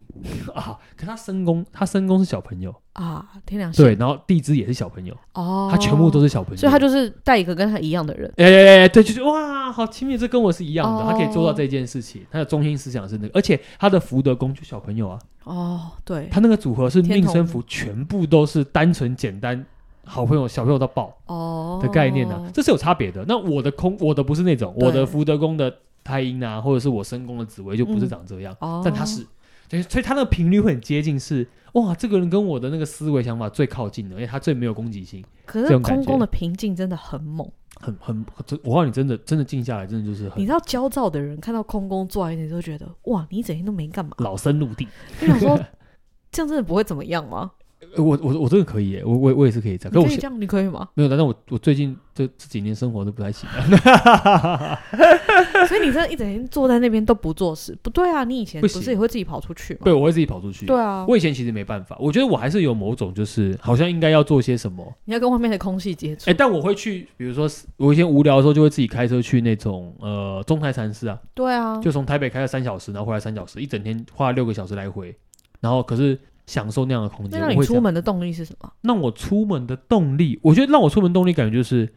Speaker 2: 啊。可他身宫，他身宫是小朋友，
Speaker 1: 啊，天良心
Speaker 2: 对，然后地支也是小朋友，
Speaker 1: 哦，
Speaker 2: 他全部都，是小朋友，
Speaker 1: 所以他就是带一个跟他一样的人，
Speaker 2: 哎哎哎，对，就是哇，好亲密，这跟我是一样的，
Speaker 1: 哦
Speaker 2: 他可以做到这件事情，他的中心思想是那个，而且他的福德宫就小朋友啊，
Speaker 1: 哦，对，
Speaker 2: 他那个组合是
Speaker 1: 哎天
Speaker 2: 命
Speaker 1: 同
Speaker 2: 生符，全部都是单纯简单。好朋友，小朋友到爆
Speaker 1: 哦
Speaker 2: 的概念呢、啊，这是有差别的。那我的空，我的不是那种，
Speaker 1: 对
Speaker 2: 我的福德宫的太阴啊，或者是我身宫的紫薇就不是长这样，
Speaker 1: 哦，
Speaker 2: 但他是，对，所以他那个频率会很接近是，哇，这个人跟我的那个思维想法最靠近的，因为他最没有攻击性，
Speaker 1: 可
Speaker 2: 这
Speaker 1: 是
Speaker 2: 种感
Speaker 1: 空宫
Speaker 2: 觉
Speaker 1: 的平静真的很猛，
Speaker 2: 很很，真我告诉你，真的真的静下来，真的就是
Speaker 1: 你
Speaker 2: 很
Speaker 1: 知道焦躁的人看到空宫坐在那里都觉得哇，你一整天都没干 嘛，
Speaker 2: 老生入定。
Speaker 1: 就想说这样真的不会怎么样吗？
Speaker 2: 呃我我我真的可以耶，我我我也是可以这样，
Speaker 1: 你
Speaker 2: 可
Speaker 1: 可
Speaker 2: 是
Speaker 1: 以
Speaker 2: 我
Speaker 1: 这样，你可以吗？
Speaker 2: 没有，但是我我最近这这几年生活都不太行、
Speaker 1: 所以你真的一整天坐在那边都不做事，不对啊！你以前
Speaker 2: 不
Speaker 1: 不
Speaker 2: 行
Speaker 1: 是也会自己跑出去吗？
Speaker 2: 对，我会自己跑出去。
Speaker 1: 对啊，
Speaker 2: 我以前其实没办法，我觉得我还是有某种就是好像应该要做些什么，
Speaker 1: 你要跟外面的空气接触。
Speaker 2: 哎、但我会去，比如说我以前无聊的时候就会自己开车去那种呃中台禅寺啊，
Speaker 1: 对啊，
Speaker 2: 就从台北开了三小时，然后回来三小时，一整天花了六个小时来回，然后可是享受那样的空
Speaker 1: 那
Speaker 2: 间。
Speaker 1: 让
Speaker 2: 我
Speaker 1: 你
Speaker 2: 会这
Speaker 1: 出
Speaker 2: 样
Speaker 1: 门的动力是什么？
Speaker 2: 让我出门的动力，我觉得让我出门动力感觉就是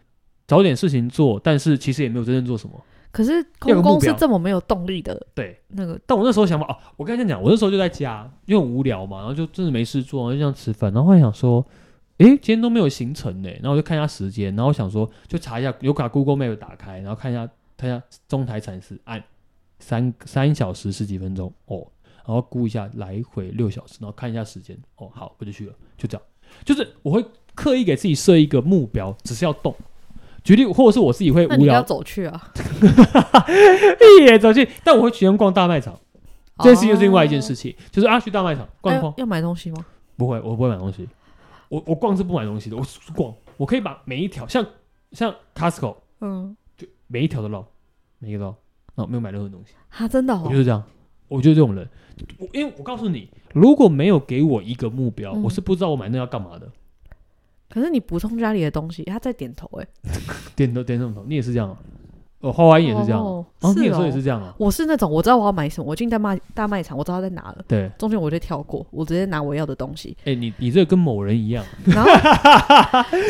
Speaker 2: 找点事情做，但是其实也没有真正做什么。
Speaker 1: 可是
Speaker 2: 要有
Speaker 1: 空
Speaker 2: 个目
Speaker 1: 宫是
Speaker 2: 标
Speaker 1: 这么没有动力的
Speaker 2: 对，
Speaker 1: 那个，
Speaker 2: 但我那时候想法哦，我跟你讲，我那时候就在家，因为很无聊嘛，然后就真的没事做，然后就这样吃饭，然后还想说，诶，今天都没有行程呢，然后我就看一下时间，然后我想说就查一下，有把 Google Map 打开，然后看一下看一下中台禅寺，按三三小时十几分钟哦，然后估一下来回六小时，然后看一下时间，哦，好，我就去了，就这样，就是我会刻意给自己设一个目标，只是要动。举例，或者是我自己会
Speaker 1: 那
Speaker 2: 无
Speaker 1: 你要
Speaker 2: 聊，
Speaker 1: 走去啊？
Speaker 2: 屁耶走去，但我会喜欢逛大卖场。这件事情就是另外一件事
Speaker 1: 哦。
Speaker 2: 情，就是啊，去大卖场逛一
Speaker 1: 哎
Speaker 2: 逛，
Speaker 1: 要买东西吗？
Speaker 2: 不会，我不会买东西，我我逛是不买东西的，我是逛，我可以把每一条像像 Costco
Speaker 1: 嗯，
Speaker 2: 就每一条都绕，每一个都绕，然后没有买任何东西，
Speaker 1: 啊，真的
Speaker 2: 我
Speaker 1: 哦
Speaker 2: 就。是这样，我就是这种人，我因为我告诉你，如果没有给我一个目标，
Speaker 1: 嗯
Speaker 2: 我是不知道我买那要干嘛的，
Speaker 1: 可是你补充家里的东西，他在点头哎。
Speaker 2: 点头点什么头，你也是这样啊，哦，花花音也是这样啊，
Speaker 1: 哦
Speaker 2: 然后你有时候
Speaker 1: 哦
Speaker 2: 也是这样啊，
Speaker 1: 我是那种我知道我要买什么，我进大卖大卖场，我知道它在哪了，
Speaker 2: 对，
Speaker 1: 中间我就跳过，我直接拿我要的东 西，
Speaker 2: 哎，你你这个跟某人一样
Speaker 1: 然后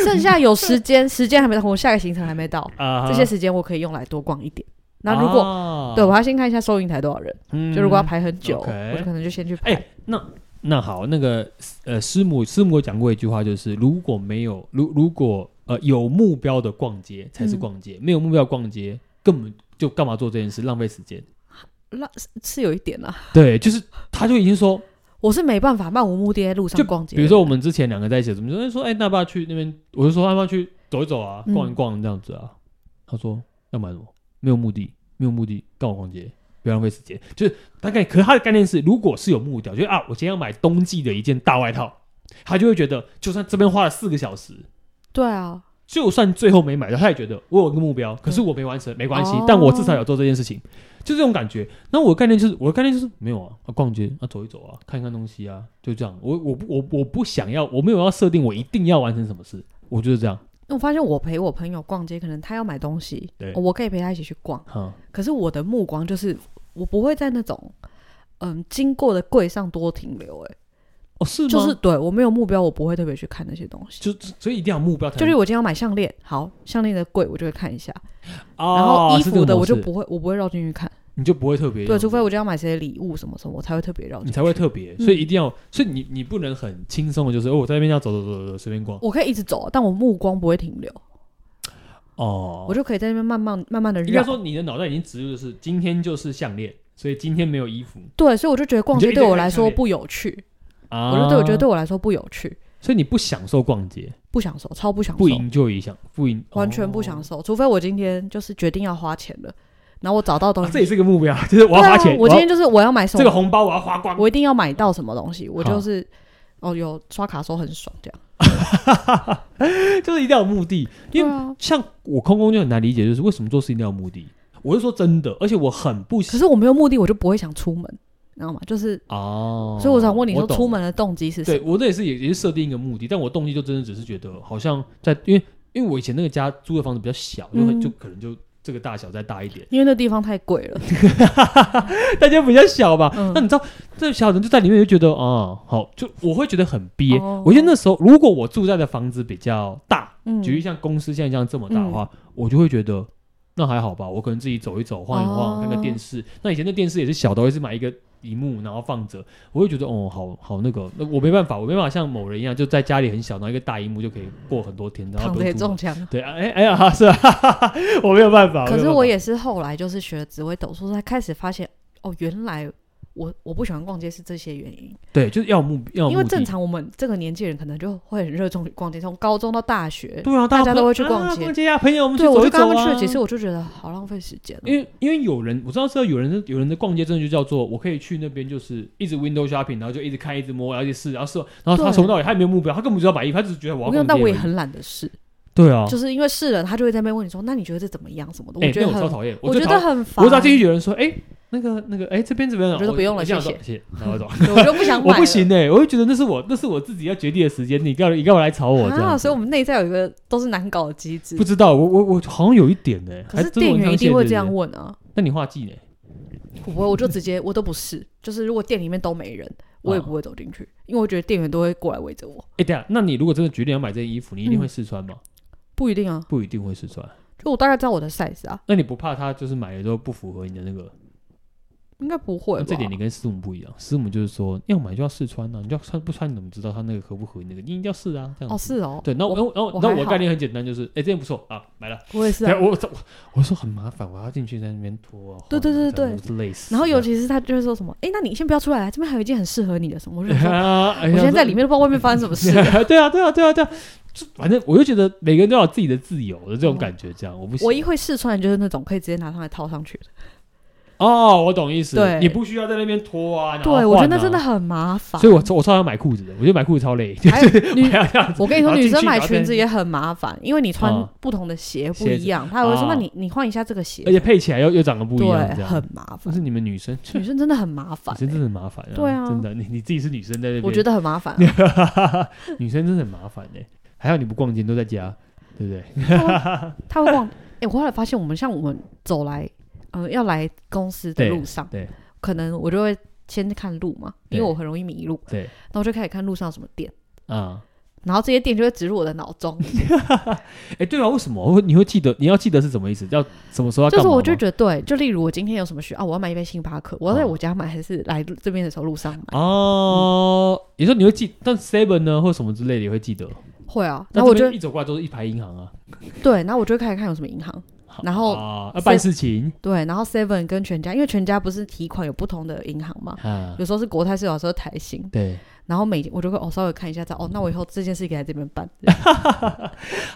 Speaker 1: 剩下有时间，时间还没到，我下个行程还没到，
Speaker 2: 啊，
Speaker 1: 这些时间我可以用来多逛一点。那如果
Speaker 2: 啊
Speaker 1: 对我要先看一下收银台多少人，
Speaker 2: 嗯
Speaker 1: 就如果要排很久，
Speaker 2: OK
Speaker 1: 我就可能就先去
Speaker 2: 哎、
Speaker 1: 排。
Speaker 2: 那那好，那个呃，师母师母有讲过一句话，就是如果没有如如果呃有目标的逛街才是
Speaker 1: 嗯
Speaker 2: 逛街，没有目标逛街根本就干嘛做这件事，浪费时间。
Speaker 1: 那是是有一点啊，
Speaker 2: 对，就是他就已经说，
Speaker 1: 我是没办法漫无目的在路
Speaker 2: 就
Speaker 1: 上逛街的。
Speaker 2: 比如说我们之前两个在一起，怎么说？哎说哎、那要不要去那边？我就说要不要去走一走啊，
Speaker 1: 嗯
Speaker 2: 逛一逛这样子啊。他说要买什么？没有目的，没有目的，干嘛逛街？不要浪费时间。就是大概，可是他的概念是，如果是有目标，就是啊，我今天要买冬季的一件大外套，他就会觉得，就算这边花了四个小时，
Speaker 1: 对啊，
Speaker 2: 就算最后没买到，他也觉得我有个目
Speaker 1: 嗯
Speaker 2: 标，可是我没完成，没关系，但我至少有做这件事情，就这种感觉。那我的概念就是，我的概念就是没有啊，啊逛街啊，走一走啊，看看东西啊，就这样。我我不我我不想要，我没有要设定我一定要完成什么事，我就是这样。
Speaker 1: 那我发现我陪我朋友逛街，可能他要买东西
Speaker 2: 对，
Speaker 1: 我可以陪他一起去逛。
Speaker 2: 哈、
Speaker 1: 可是我的目光就是，我不会在那种嗯经过的柜上多停留、欸，
Speaker 2: 哦是吗？
Speaker 1: 就是对我没有目标，我不会特别去看那些东西。
Speaker 2: 就所以一定要有目标才
Speaker 1: 就
Speaker 2: 能，
Speaker 1: 是我今天要买项链，好，项链的柜我就会看一下，
Speaker 2: 哦、
Speaker 1: 然后衣
Speaker 2: 是这个
Speaker 1: 服的我
Speaker 2: 模式
Speaker 1: 就不会，我不会绕进去看，
Speaker 2: 你就不会特别
Speaker 1: 对，
Speaker 2: 用
Speaker 1: 除非我嗯今天要买谁的礼物什么什么，我才会特别绕进
Speaker 2: 你
Speaker 1: 去。
Speaker 2: 才会特别，所以一定要，所以你你不能很轻松的，就是哦我在那边要走走走走走随便逛
Speaker 1: 我可以一直走，但我目光不会停留，
Speaker 2: 哦
Speaker 1: 我就可以在那边慢慢慢慢的
Speaker 2: 应该
Speaker 1: 绕。
Speaker 2: 说你的脑袋已经植入的是今天就是项链，所以今天没有衣服
Speaker 1: 对，所以我就觉得逛
Speaker 2: 你就
Speaker 1: 街
Speaker 2: 一直
Speaker 1: 对我
Speaker 2: 看
Speaker 1: 来
Speaker 2: 项
Speaker 1: 说
Speaker 2: 链
Speaker 1: 不有趣，
Speaker 2: 啊
Speaker 1: 我就对我觉得对，我来说不有趣，
Speaker 2: 所以你不享受逛街，
Speaker 1: 不享受，超不享受
Speaker 2: 不，营就一享，不营哦
Speaker 1: 完全不享
Speaker 2: 受。
Speaker 1: 受。除非我今天就是决定要花钱了，然后我找到东
Speaker 2: 啊
Speaker 1: 西，
Speaker 2: 这也是个目标， 就是我要
Speaker 1: 对
Speaker 2: 花
Speaker 1: 啊
Speaker 2: 钱，
Speaker 1: 我今
Speaker 2: 要
Speaker 1: 天就是我要买什么，
Speaker 2: 这个红包我要花光。
Speaker 1: 我一定要买到什么东西，我
Speaker 2: 好
Speaker 1: 就是
Speaker 2: 啊
Speaker 1: 哦有刷卡的时候很爽这样。
Speaker 2: 就是一定要有目的，因
Speaker 1: 对
Speaker 2: 为
Speaker 1: 啊，
Speaker 2: 像我空空就很难理解，就是为什么做事一定要有目的。我是说真的，而且我很不
Speaker 1: 可
Speaker 2: 喜
Speaker 1: 是我没有目的，我就不会想出门，你知道吗？就是，
Speaker 2: 哦，
Speaker 1: 啊所以我想问你说
Speaker 2: 懂
Speaker 1: 出门的动机是什
Speaker 2: 对
Speaker 1: 么？
Speaker 2: 我这也是也也是设定一个目的，但我动机就真的只是觉得好像在因为因为我以前那个家租的房子比较小，就很
Speaker 1: 嗯
Speaker 2: 就可能就这个大小再大一点，
Speaker 1: 因为那地方太贵 了，
Speaker 2: 大家比较小吧。
Speaker 1: 嗯
Speaker 2: 那你知道这小人就在里面就觉得啊、好，就我会觉得很憋。
Speaker 1: 哦
Speaker 2: 我觉得那时候如果我住在的房子比较大，
Speaker 1: 嗯，
Speaker 2: 举例像公司现在这样这么大的话，我就会觉得。那还好吧，我可能自己走一走，晃一
Speaker 1: 哦
Speaker 2: 晃，看个电视。那以前的电视也是小的，我也是买一个荧幕，然后放着，我会觉得哦，好好那个，那我没办法，我没办法像某人一样，就在家里很小，然后一个大荧幕就可以过很多天，然后
Speaker 1: 躺
Speaker 2: 不
Speaker 1: 着
Speaker 2: 用
Speaker 1: 也
Speaker 2: 出
Speaker 1: 中
Speaker 2: 门。
Speaker 1: 枪。
Speaker 2: 对，啊哎哎呀， 哈是啊，哈哈哈我没有办法。
Speaker 1: 可
Speaker 2: 没有
Speaker 1: 是
Speaker 2: 办法
Speaker 1: 我也是后来就是学了紫微斗数，才开始发现哦，原来我我不喜欢逛街是这些原因。
Speaker 2: 对，就是要有目要有
Speaker 1: 因为
Speaker 2: 目的
Speaker 1: 正常我们这个年纪人可能就会很热衷于逛街，从高中到大学，
Speaker 2: 对啊，
Speaker 1: 大家
Speaker 2: 朋
Speaker 1: 都
Speaker 2: 友
Speaker 1: 会去逛
Speaker 2: 啊
Speaker 1: 街
Speaker 2: 逛街啊，朋友，我们去
Speaker 1: 对我
Speaker 2: 走一
Speaker 1: 就跟他
Speaker 2: 走
Speaker 1: 们
Speaker 2: 啊。
Speaker 1: 去了几次，我就觉得好浪费时间哦、
Speaker 2: 因为因为有人我知道是有人是有人的逛街真的就叫做我可以去那边就是一直 window shopping，然后就一直看一直摸，然后一直试，然后试，然后他
Speaker 1: 对
Speaker 2: 从头到尾他也没有目标，他根本不知道买衣服，他只是觉得我
Speaker 1: 我
Speaker 2: 要
Speaker 1: 跟
Speaker 2: 逛
Speaker 1: 你
Speaker 2: 街
Speaker 1: 但
Speaker 2: 而已。
Speaker 1: 我也很懒得试，
Speaker 2: 对啊，
Speaker 1: 就是因为试了，他就会在那边问你说：“那你觉得这怎么样？”什么的，
Speaker 2: 哎，
Speaker 1: 觉
Speaker 2: 那
Speaker 1: 得
Speaker 2: 我超
Speaker 1: 很，
Speaker 2: 讨厌，
Speaker 1: 我
Speaker 2: 最
Speaker 1: 觉
Speaker 2: 讨
Speaker 1: 得很烦。
Speaker 2: 我只要进去有人说，哎、那个那个，哎、这边怎么样？
Speaker 1: 我觉得不用了
Speaker 2: 我就想说
Speaker 1: 谢
Speaker 2: 谢谢。然后 我走
Speaker 1: 对我就不想买
Speaker 2: 我
Speaker 1: 了，
Speaker 2: 不行哎、我就觉得那是我那是我自己要决定的时间，你干嘛你干嘛来吵我哦这样
Speaker 1: 啊！
Speaker 2: 子？
Speaker 1: 所以我们内在有一个都是难搞的机制
Speaker 2: 不。知道，我我我好像有一点呢、欸，
Speaker 1: 可
Speaker 2: 还
Speaker 1: 是
Speaker 2: 真的
Speaker 1: 店
Speaker 2: 文
Speaker 1: 员
Speaker 2: 昌
Speaker 1: 一定
Speaker 2: 蟹
Speaker 1: 会
Speaker 2: 是
Speaker 1: 这样
Speaker 2: 不是。
Speaker 1: 问啊，
Speaker 2: 那你画技呢？
Speaker 1: 我不会，我就直接我都不试，就是如果店里面都没人，我也
Speaker 2: 哦
Speaker 1: 不会走进去，因为我觉得店员都会过来围着我。
Speaker 2: 哎、对啊，那你如果真的决定要买这件衣服，你一定
Speaker 1: 嗯
Speaker 2: 会试穿吗？
Speaker 1: 不一定啊，
Speaker 2: 不一定会试穿。
Speaker 1: 就我大概知道我的 size 啊，
Speaker 2: 那你不怕他就是买了之后不符合你的那个？
Speaker 1: 应该不会
Speaker 2: 那
Speaker 1: 吧。
Speaker 2: 这点你跟师母不一样，师母就是说要买就要试穿呐、啊你就要穿不穿你怎么知道他那个合不合你那个？你一定要试啊，这样
Speaker 1: 哦，
Speaker 2: 子。
Speaker 1: 是哦，
Speaker 2: 对，那我
Speaker 1: 我
Speaker 2: 然后
Speaker 1: 我
Speaker 2: 那
Speaker 1: 还
Speaker 2: 我的
Speaker 1: 好
Speaker 2: 概念很简单，就是哎、这件不错啊，买了。
Speaker 1: 我也是
Speaker 2: 对
Speaker 1: 啊
Speaker 2: 啊，。我我我说很麻烦，我要进去在那边脱啊。
Speaker 1: 对对对对
Speaker 2: 对，累死了。
Speaker 1: 然后尤其是他就会说什么：“哎，那你先不要出来啊，这边还有一件很适合你的什么。”我就想说，
Speaker 2: 啊，我
Speaker 1: 我现在在里。面都不知道外面发生什么事。
Speaker 2: 对啊，对啊，对啊，对啊，就反正我就觉得每个人都要有自己的自由的这种感觉，这样我不
Speaker 1: 嗯
Speaker 2: 行啊
Speaker 1: 我一会试穿的就是那种可以直接拿上来套上去的。
Speaker 2: 哦，我懂意思，
Speaker 1: 对
Speaker 2: 你不需要在那边脱啊，然后
Speaker 1: 对，我觉得
Speaker 2: 换
Speaker 1: 那
Speaker 2: 啊
Speaker 1: 真的，很麻烦。
Speaker 2: 所以我超我超想买裤子的，我觉得买裤子超 累，
Speaker 1: 还有女，
Speaker 2: 还要这样子，
Speaker 1: 我跟你说，
Speaker 2: 然后
Speaker 1: 女
Speaker 2: 啊进去
Speaker 1: 生买
Speaker 2: 然后
Speaker 1: 裙子
Speaker 2: 再
Speaker 1: 也很麻烦，因为你穿
Speaker 2: 嗯
Speaker 1: 不同的鞋不
Speaker 2: 鞋子
Speaker 1: 一样，他还会说：“那
Speaker 2: 啊
Speaker 1: 你你换一下这个鞋。”
Speaker 2: 而且配起来又又长得不一样，这
Speaker 1: 对，
Speaker 2: 样
Speaker 1: 很，麻
Speaker 2: 但
Speaker 1: 烦
Speaker 2: 是。你们女生，女
Speaker 1: 女生真的很麻烦、
Speaker 2: 生真的很麻烦，
Speaker 1: 对啊
Speaker 2: 真的，你你自己是女生在那边，
Speaker 1: 我觉得很麻烦、啊
Speaker 2: 得女生真的很麻烦呢，还好你不逛街你都在家，对不对？
Speaker 1: 他会 逛，哎、我后来发现，我们像我们走来，嗯、要来公司的
Speaker 2: 对
Speaker 1: 路上，
Speaker 2: 对
Speaker 1: 可能我就会先看路嘛，因为
Speaker 2: 对
Speaker 1: 我很容易迷路，
Speaker 2: 对
Speaker 1: 然后我就开始看路上有什么店，
Speaker 2: 啊。
Speaker 1: 然后这些店就会植入我的脑 中，
Speaker 2: 哎、对啊，为什么我会你会记得？你要记得是什么意思？要什么时候要
Speaker 1: 就
Speaker 2: 干
Speaker 1: 是
Speaker 2: 嘛吗？
Speaker 1: 我就觉得对，就例如我今天有什么需啊，我要买一杯星巴克，我要在
Speaker 2: 哦
Speaker 1: 我家买，还是来这边的时候路上
Speaker 2: 嗯
Speaker 1: 买？
Speaker 2: 哦，你说你会记，但 Seven 呢，或什么之类的也会记得。
Speaker 1: 会啊，
Speaker 2: 那
Speaker 1: 然后我
Speaker 2: 这
Speaker 1: 就
Speaker 2: 边一走过来都是一排银行啊，
Speaker 1: 对，然后我就会开始看有什么银行，然后
Speaker 2: 啊，要
Speaker 1: Seven-
Speaker 2: 办事情
Speaker 1: 对，然后 Seven 跟全家，因为全家不是提款有不同的银行嘛，
Speaker 2: 啊，
Speaker 1: 有时候是国泰世华，有时候是台新，
Speaker 2: 对，
Speaker 1: 然后每我就会哦稍微看一下，这样哦，那我以后这件事可以在这边办。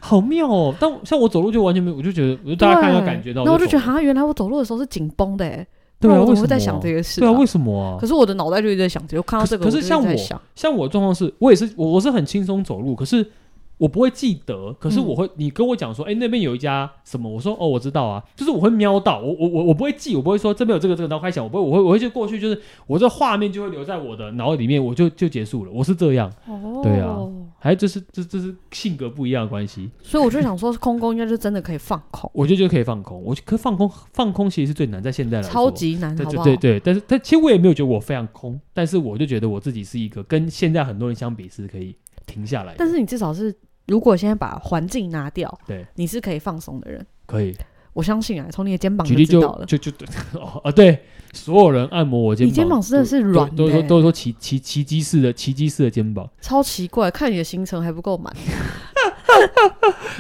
Speaker 2: 好妙哦。但我像我走路就完全没有，我就觉得，我就大家看到感觉到，
Speaker 1: 然后我就觉得，啊
Speaker 2: 走了
Speaker 1: 哈，原来我走路的时候是紧绷的，哎，
Speaker 2: 对
Speaker 1: 不
Speaker 2: 啊，
Speaker 1: 然我
Speaker 2: 为
Speaker 1: 怎
Speaker 2: 什
Speaker 1: 么会
Speaker 2: 么啊
Speaker 1: 在想这个事、
Speaker 2: 对啊，为什么啊
Speaker 1: 可？是我的脑袋就一直在想这个，我看到
Speaker 2: 可是
Speaker 1: 这个，
Speaker 2: 可是
Speaker 1: 我就一直
Speaker 2: 像
Speaker 1: 在
Speaker 2: 我
Speaker 1: 想
Speaker 2: 像我的状况是，我也是，我我是很轻松走路，可是我不会记得，可是我会，你跟我讲说，哎、那边有一家什么，我说哦，我知道啊，就是我会瞄到，我我我我不会记，我不会说这边有这个这个，然后开始想，我不会，我会我会就过去，就是我这画面就会留在我的脑里面，我就就结束了，我是这样，
Speaker 1: 哦，
Speaker 2: 对啊还这是这这是性格不一样的关系，
Speaker 1: 所以我就想说，空宫应该是真的可以放空，
Speaker 2: 我觉得就可以放空，我可放空放空其实是最难，在现在来说
Speaker 1: 超。级难，
Speaker 2: 对
Speaker 1: 好不
Speaker 2: 对
Speaker 1: 好？
Speaker 2: 对对，但是但其实我也没有觉得我非常空，但是我就觉得我自己是一个跟现在很多人相比是可以停下来的。
Speaker 1: 但是你至少是，如果现在把环境拿掉，
Speaker 2: 对，
Speaker 1: 你是可以放松的人。
Speaker 2: 可以
Speaker 1: 我相信啊，从你的肩膀
Speaker 2: 举例
Speaker 1: 知
Speaker 2: 就
Speaker 1: 道了。
Speaker 2: 就 就哦啊，对，所有人按摩我肩膀，
Speaker 1: 你肩膀真的是软
Speaker 2: 都
Speaker 1: 的
Speaker 2: 都
Speaker 1: 欸
Speaker 2: 都都说奇奇奇迹式的奇迹式的肩膀。
Speaker 1: 超奇怪，看你的行程还不够满，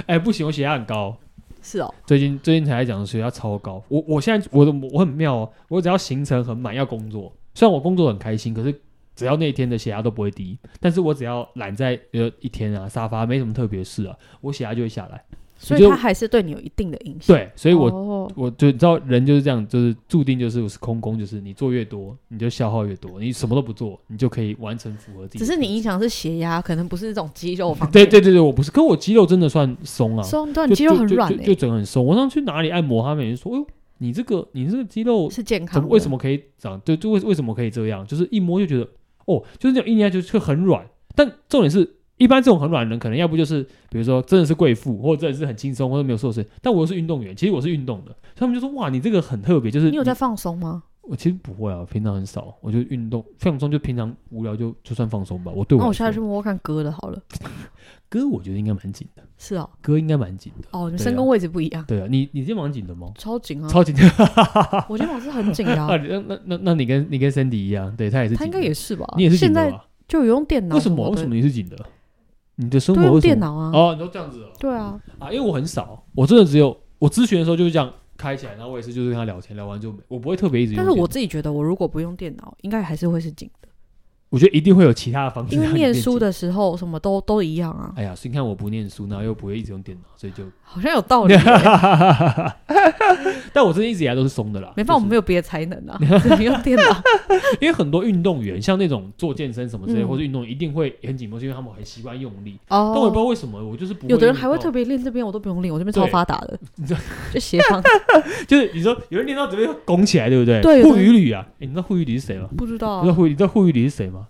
Speaker 2: 哎、不行，我血压很高，
Speaker 1: 是哦，
Speaker 2: 最近最近才讲血压超高。我我现在我的我很妙哦，我只要行程很满要工作，虽然我工作很开心，可是。只要那一天的血压都不会低，但是我只要懒在呃一天啊沙发没什么特别事啊，我血压就会下来。
Speaker 1: 所
Speaker 2: 我
Speaker 1: 以
Speaker 2: 就
Speaker 1: 它还是对你有一定的影响。
Speaker 2: 对，所以我、
Speaker 1: 哦
Speaker 2: 我就你知道人就是这样，就是注定就是我是空工，就是你做越多，你就消耗越多，你什么都不做，你就可以完成符合自己
Speaker 1: 只
Speaker 2: 的体质。
Speaker 1: 是你影响是血压，可能不是这种肌肉方面。
Speaker 2: 对对对对，我不是，可我肌肉真的算松啊，
Speaker 1: 松，对，
Speaker 2: 就
Speaker 1: 你肌肉
Speaker 2: 就
Speaker 1: 很
Speaker 2: 就
Speaker 1: 软欸
Speaker 2: 就就
Speaker 1: 诶，
Speaker 2: 整个很松。我上去哪里按摩，他们也说，哎呦，你这个你这个肌肉
Speaker 1: 欸是健康
Speaker 2: 怎
Speaker 1: 的。
Speaker 2: 么为什么可以长？就就为为什么可以这样？就是一摸就觉得，哦，就是那种一捏就就很软。但重点是，一般这种很软的人，可能要不就是比如说真的是贵妇，或者真的是很轻松，或者没有瘦身。但我又是运动员，其实我是运动的，所以他们就说，哇，你这个很特别，就是
Speaker 1: 你有在放松吗？
Speaker 2: 我其实不会啊，平常很少，我就运动放松，就平常无聊就就算放松吧。我哦对我
Speaker 1: 那哦我
Speaker 2: 啊来说
Speaker 1: 下次去摸摸看割的好了。
Speaker 2: 哥，我觉得应该蛮紧的，
Speaker 1: 是哦，
Speaker 2: 哥应该蛮紧的。
Speaker 1: 哦，你
Speaker 2: 对
Speaker 1: 身
Speaker 2: 啊
Speaker 1: 高位置不一样，
Speaker 2: 对啊，你你肩膀紧的吗？
Speaker 1: 超紧 啊！
Speaker 2: 超紧的
Speaker 1: 我肩膀是很紧的
Speaker 2: 啊！
Speaker 1: 啊，
Speaker 2: 那那那那你跟你跟 Cindy 一样，对他也是紧的，
Speaker 1: 他应该也是吧？
Speaker 2: 你也是紧啊
Speaker 1: 现
Speaker 2: 的
Speaker 1: 在
Speaker 2: 吧？
Speaker 1: 就有用电脑，
Speaker 2: 为什么？为
Speaker 1: 的
Speaker 2: 什么你是紧的？你的生
Speaker 1: 都
Speaker 2: 活
Speaker 1: 用
Speaker 2: 为什
Speaker 1: 电
Speaker 2: 么？
Speaker 1: 脑啊？
Speaker 2: 哦，你都这样子哦
Speaker 1: 对啊，
Speaker 2: 啊？因为我很少，我真的只有我咨询的时候就是这样开起来，然后我也是就是跟他聊天，聊完就没，我不会特别一直用
Speaker 1: 但
Speaker 2: 电
Speaker 1: 是
Speaker 2: 脑。
Speaker 1: 我自己觉得，我如果不用电脑，应该还是会是紧
Speaker 2: 哦
Speaker 1: 的，
Speaker 2: 我觉得一定会有其他的方式
Speaker 1: 因为
Speaker 2: 让你
Speaker 1: 念
Speaker 2: 变
Speaker 1: 书
Speaker 2: 紧。
Speaker 1: 的时候什么都都一样啊，
Speaker 2: 哎呀，所以你看我不念书，然后又不会一直用电脑，所以就，
Speaker 1: 好像有道理耶。
Speaker 2: 但我真的一直以来都是松的啦。
Speaker 1: 没办法，我们没有别的才能 啊，只能用电脑。
Speaker 2: 因为很多运动员，像那种做健身什么之类，
Speaker 1: 嗯
Speaker 2: 或者运动，一定会很紧绷，是因为他们很习惯用力。 但我也不知
Speaker 1: 哦，
Speaker 2: 道为什么，我就是不会
Speaker 1: 有的人
Speaker 2: 运
Speaker 1: 还会
Speaker 2: 动
Speaker 1: 特别练这边，我都不用练，我这边超
Speaker 2: 对
Speaker 1: 发达的
Speaker 2: 你知道，
Speaker 1: 就斜 方。
Speaker 2: 就是你说有人练到怎么样拱起来，对不对？
Speaker 1: 对有的
Speaker 2: 护宇旅啊，哎，你知道护宇旅是谁吗？
Speaker 1: 不知道
Speaker 2: 你知道
Speaker 1: 啊
Speaker 2: 护宇你知道护宇旅是谁吗？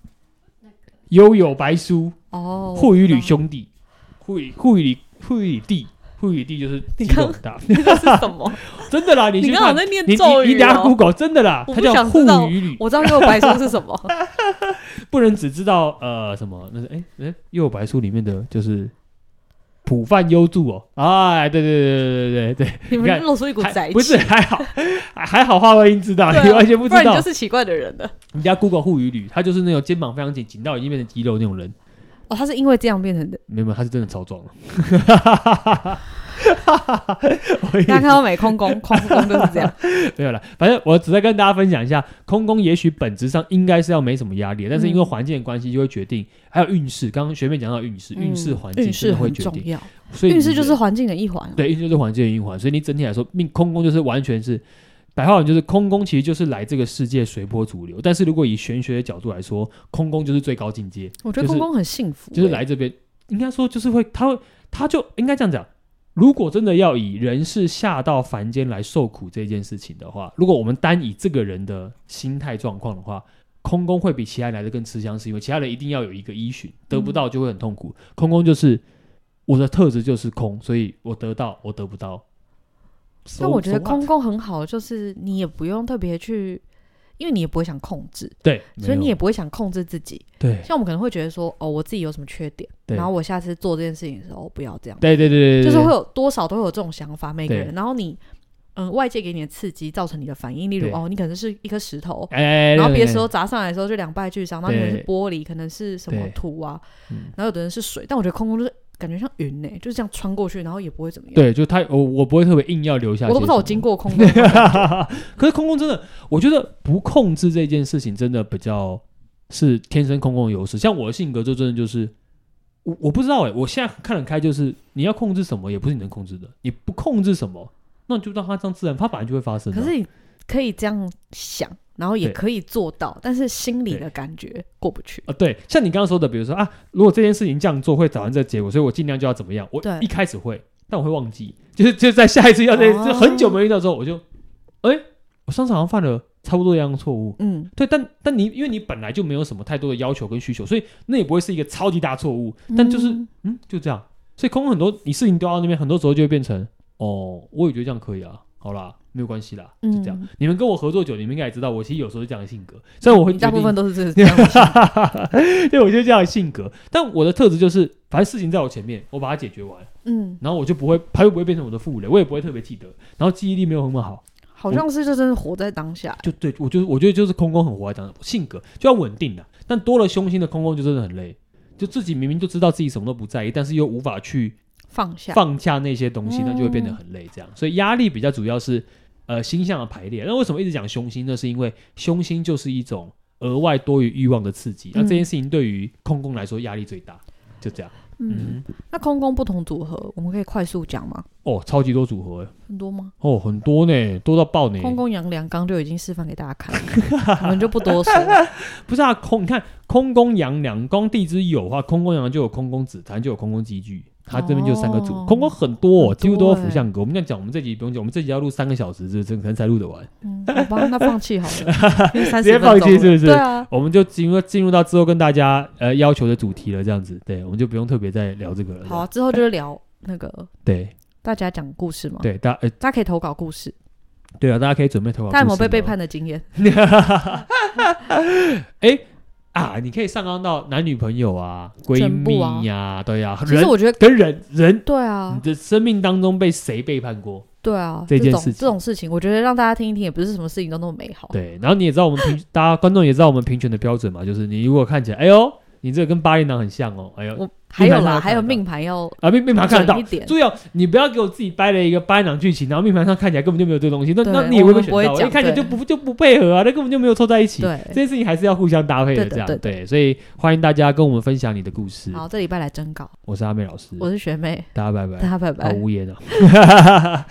Speaker 2: 悠悠白书、
Speaker 1: 哦，
Speaker 2: 护宇旅
Speaker 1: 胸，
Speaker 2: 兄弟、护宇护宇里护宇里弟、护宇弟就是 肌
Speaker 1: 你
Speaker 2: 肉
Speaker 1: 刚
Speaker 2: 很大，
Speaker 1: 这是什么？
Speaker 2: 真的啦，你
Speaker 1: 你
Speaker 2: 去
Speaker 1: 刚好
Speaker 2: 看，
Speaker 1: 在念
Speaker 2: 你
Speaker 1: 咒
Speaker 2: 你你
Speaker 1: 语
Speaker 2: 等下
Speaker 1: 哦。
Speaker 2: Google 真的啦，
Speaker 1: 我
Speaker 2: 他
Speaker 1: 不
Speaker 2: 叫
Speaker 1: 想
Speaker 2: 护
Speaker 1: 知道
Speaker 2: 宇旅，
Speaker 1: 我知道右白说是什 么，
Speaker 2: 不能只知道呃什么，那是哎哎悠悠白书里面的就是。普泛优助哦，哎，对对对对对对对，
Speaker 1: 你
Speaker 2: 你看
Speaker 1: 们露出一股宅
Speaker 2: 还
Speaker 1: 气，
Speaker 2: 不是还好，还还好话外音知道，
Speaker 1: 对啊
Speaker 2: 你完全不
Speaker 1: 不
Speaker 2: 知
Speaker 1: 然你
Speaker 2: 道
Speaker 1: 就，是奇怪的人了。
Speaker 2: 人家 Google 护鱼旅，他就是那种肩膀非常紧，紧到已经变成肌肉那种人。
Speaker 1: 哦，他是因为这样变成的。
Speaker 2: 没有，没有他是真的超壮了。
Speaker 1: 大家看到没？空 宫，空宫就是这样。
Speaker 2: 没有了，反正我只在跟大家分享一下，空工也许本质上应该是要没什么压力，但是因为环境的关系，就会决定，还有运势。刚刚学妹讲到运势，运势环境
Speaker 1: 嗯运
Speaker 2: 真
Speaker 1: 势
Speaker 2: 的会
Speaker 1: 很
Speaker 2: 决
Speaker 1: 重
Speaker 2: 定，
Speaker 1: 要，
Speaker 2: 所以
Speaker 1: 运势就是
Speaker 2: 你觉
Speaker 1: 环境的一环啊
Speaker 2: 得。对，运势就是环境的一环，所以你整体来说，命空工就是完全是。白话文就是空工，其实就是来这个世界随波逐流。但是如果以玄学的角度来说，空工就是最高境界。
Speaker 1: 我觉得
Speaker 2: 就是
Speaker 1: 空宫很幸福欸，
Speaker 2: 就是来这边，应该说就是会，他会，他就应该这样讲。如果真的要以人世下到凡间来受苦这件事情的话，如果我们单以这个人的心态状况的话，空宫会比其他人来的更吃香，是因为其他人一定要有一个依循，得不到就会很痛苦。空宫就是我的特质就是空，所以我得到我得不到。
Speaker 1: 但我觉得
Speaker 2: So- so what？
Speaker 1: 空宫很好，就是你也不用特别去，因为你也不会想控制，
Speaker 2: 对，
Speaker 1: 所以你
Speaker 2: 没有
Speaker 1: 也不会想控制自己。
Speaker 2: 对
Speaker 1: 像我们可能会觉得说，哦，我自己有什么缺点，
Speaker 2: 对
Speaker 1: 然后我下次做这件事情的时候哦不要这样，
Speaker 2: 对对对对对，
Speaker 1: 就是
Speaker 2: 对
Speaker 1: 会有多少都会有这种想法，每个
Speaker 2: 对
Speaker 1: 人。然后你，嗯，外界给你的刺激造成你的反应，例如
Speaker 2: 对
Speaker 1: 哦，你可能是一颗石头。
Speaker 2: 哎哎，哎
Speaker 1: 然后别的
Speaker 2: 对
Speaker 1: 时候砸上来的时候就两败俱伤，然后你可能是玻璃，可能是什么
Speaker 2: 对
Speaker 1: 土啊
Speaker 2: 嗯，
Speaker 1: 然后有的人是水，但我觉得空空就是感觉像云呢、就是这样穿过去，然后也不会怎么样。
Speaker 2: 对，就他我我不会特别硬要留下，
Speaker 1: 我都不知道我
Speaker 2: 经。
Speaker 1: 经过空 宫，
Speaker 2: 可是空空真的，我觉得不控制这件事情真的比较是天生空空的优势。像我的性格就真的就是，我我不知道哎、我现在看得开，就是你要控制什么也不是你能控制的，你不控制什么，那你就让它这样自然，它本来就会发生的
Speaker 1: 可
Speaker 2: 啊。
Speaker 1: 是你可以这样想，然后也
Speaker 2: 对
Speaker 1: 可以做到，但是心里的感觉过不去。
Speaker 2: 啊，对，像你刚刚说的，比如说啊，如果这件事情这样做会导致这个结果，所以我尽量就要怎么样。我
Speaker 1: 对
Speaker 2: 一开始会，但我会忘记，就是就在下一次要这，
Speaker 1: 哦
Speaker 2: 就很久没遇到之后，我就，哎、我上次好像犯了差不多一样的错误，
Speaker 1: 嗯，
Speaker 2: 对，但但你因为你本来就没有什么太多的要求跟需求，所以那也不会是一个超级大错误。但就是嗯
Speaker 1: 嗯
Speaker 2: 就这样，所以空空很多你事情丢到那边，很多时候就会变成哦，我也觉得这样可以啊，好啦，没有关系啦，就这样。
Speaker 1: 嗯
Speaker 2: 你们跟我合作久，你们应该也知道，我其实有时候是这样的性格，虽然我会
Speaker 1: 你大部
Speaker 2: 决定
Speaker 1: 分 都是这这样的想法。
Speaker 2: 对，我就这样的性格。但我的特质就是，反正事情在我前面，我把它解决完，
Speaker 1: 嗯，
Speaker 2: 然后我就不会，它又不会变成我的负累，我也不会特别记得，然后记忆力没有那么好。
Speaker 1: 好像是就真的活在当下。
Speaker 2: 就对我就是我觉得就是空空很活在当中，性格就要稳定的、但多了凶心的空空就真的很累，就自己明明就知道自己什么都不在意，但是又无法去
Speaker 1: 放下，
Speaker 2: 放下那些东西，
Speaker 1: 啊嗯
Speaker 2: 那就会变得很累。这样，所以压力比较主要是呃星象的排列。那为什么一直讲凶心呢？是因为凶心就是一种额外多于欲望的刺激，
Speaker 1: 嗯
Speaker 2: 那这件事情对于空空来说压力最大，就这样。
Speaker 1: 嗯，
Speaker 2: 嗯哼，
Speaker 1: 那空宫不同组合，我们可以快速讲吗？
Speaker 2: 哦，超级多组合欸
Speaker 1: 很多吗？
Speaker 2: 哦，很多呢，多到爆呢。
Speaker 1: 空宫阳梁刚就已经示范给大家看 了，我们就不多说了。
Speaker 2: 不是啊，空你看空宫阳两光地支有的话，空宫阳就有空宫紫檀，就有空宫积聚。它这边就三个组，
Speaker 1: 哦
Speaker 2: 空宫很多、哦，
Speaker 1: 很多
Speaker 2: 几乎都有
Speaker 1: 欸
Speaker 2: 福相格。我们这样讲，我们这集不用讲，我们这集要录三个小时，这这可能才录得完。
Speaker 1: 嗯，好吧，那放弃好 了，因为30
Speaker 2: 直接放
Speaker 1: 分
Speaker 2: 弃
Speaker 1: 钟了
Speaker 2: 是不是
Speaker 1: 对啊，
Speaker 2: 我们就进入进入到之后跟大家呃要求的主题了，这样子，对，我们就不用特别再聊这个了。
Speaker 1: 好啊，之后就是聊那个
Speaker 2: 对
Speaker 1: 大家讲故事嘛，
Speaker 2: 对，大呃
Speaker 1: 大家可以投稿故事，
Speaker 2: 对啊，大家可以准备投稿。
Speaker 1: 大家有没有被背？叛的经验？
Speaker 2: 哎、啊，你可以上纲到男女朋友啊、闺
Speaker 1: 全部啊
Speaker 2: 蜜呀、对呀、啊，
Speaker 1: 其实
Speaker 2: 人嗯
Speaker 1: 我觉得，
Speaker 2: 跟人人，
Speaker 1: 对
Speaker 2: 你
Speaker 1: 啊，
Speaker 2: 的生命当中被谁背叛过？
Speaker 1: 对啊，
Speaker 2: 这件
Speaker 1: 种
Speaker 2: 事情
Speaker 1: 这种事情，我觉得让大家听一听，也不是什么事情都那么美好。
Speaker 2: 对，然后你也知道我们评，大家观众也知道我们评选的标准嘛，就是你如果看起来，哎呦，你这个跟八零党很像哦，哎呦，
Speaker 1: 我还有
Speaker 2: 命盘上
Speaker 1: 啦，还有
Speaker 2: 看得到
Speaker 1: 命盘要
Speaker 2: 啊命命盘看得
Speaker 1: 准一
Speaker 2: 到。
Speaker 1: 点，
Speaker 2: 注意哦，你不要给我自己掰了一个八零党剧情，然后命盘上看起来根本就没有这个东西，那
Speaker 1: 对
Speaker 2: 那你也会被选
Speaker 1: 我们不
Speaker 2: 到，
Speaker 1: 会
Speaker 2: 因为
Speaker 1: 讲
Speaker 2: 看起来就
Speaker 1: 对
Speaker 2: 不就不配合啊，那根本就没有凑在一起。这
Speaker 1: 对。
Speaker 2: 件事情还是要互相搭配的，
Speaker 1: 对的
Speaker 2: 这样
Speaker 1: 对的
Speaker 2: 对，所以欢迎大家跟我们分享你的故事。
Speaker 1: 好，这礼拜来征稿，
Speaker 2: 我是阿妹老师，
Speaker 1: 我是学妹，
Speaker 2: 嗯大家拜拜
Speaker 1: 大。家拜
Speaker 2: 好
Speaker 1: 拜。
Speaker 2: 无言啊。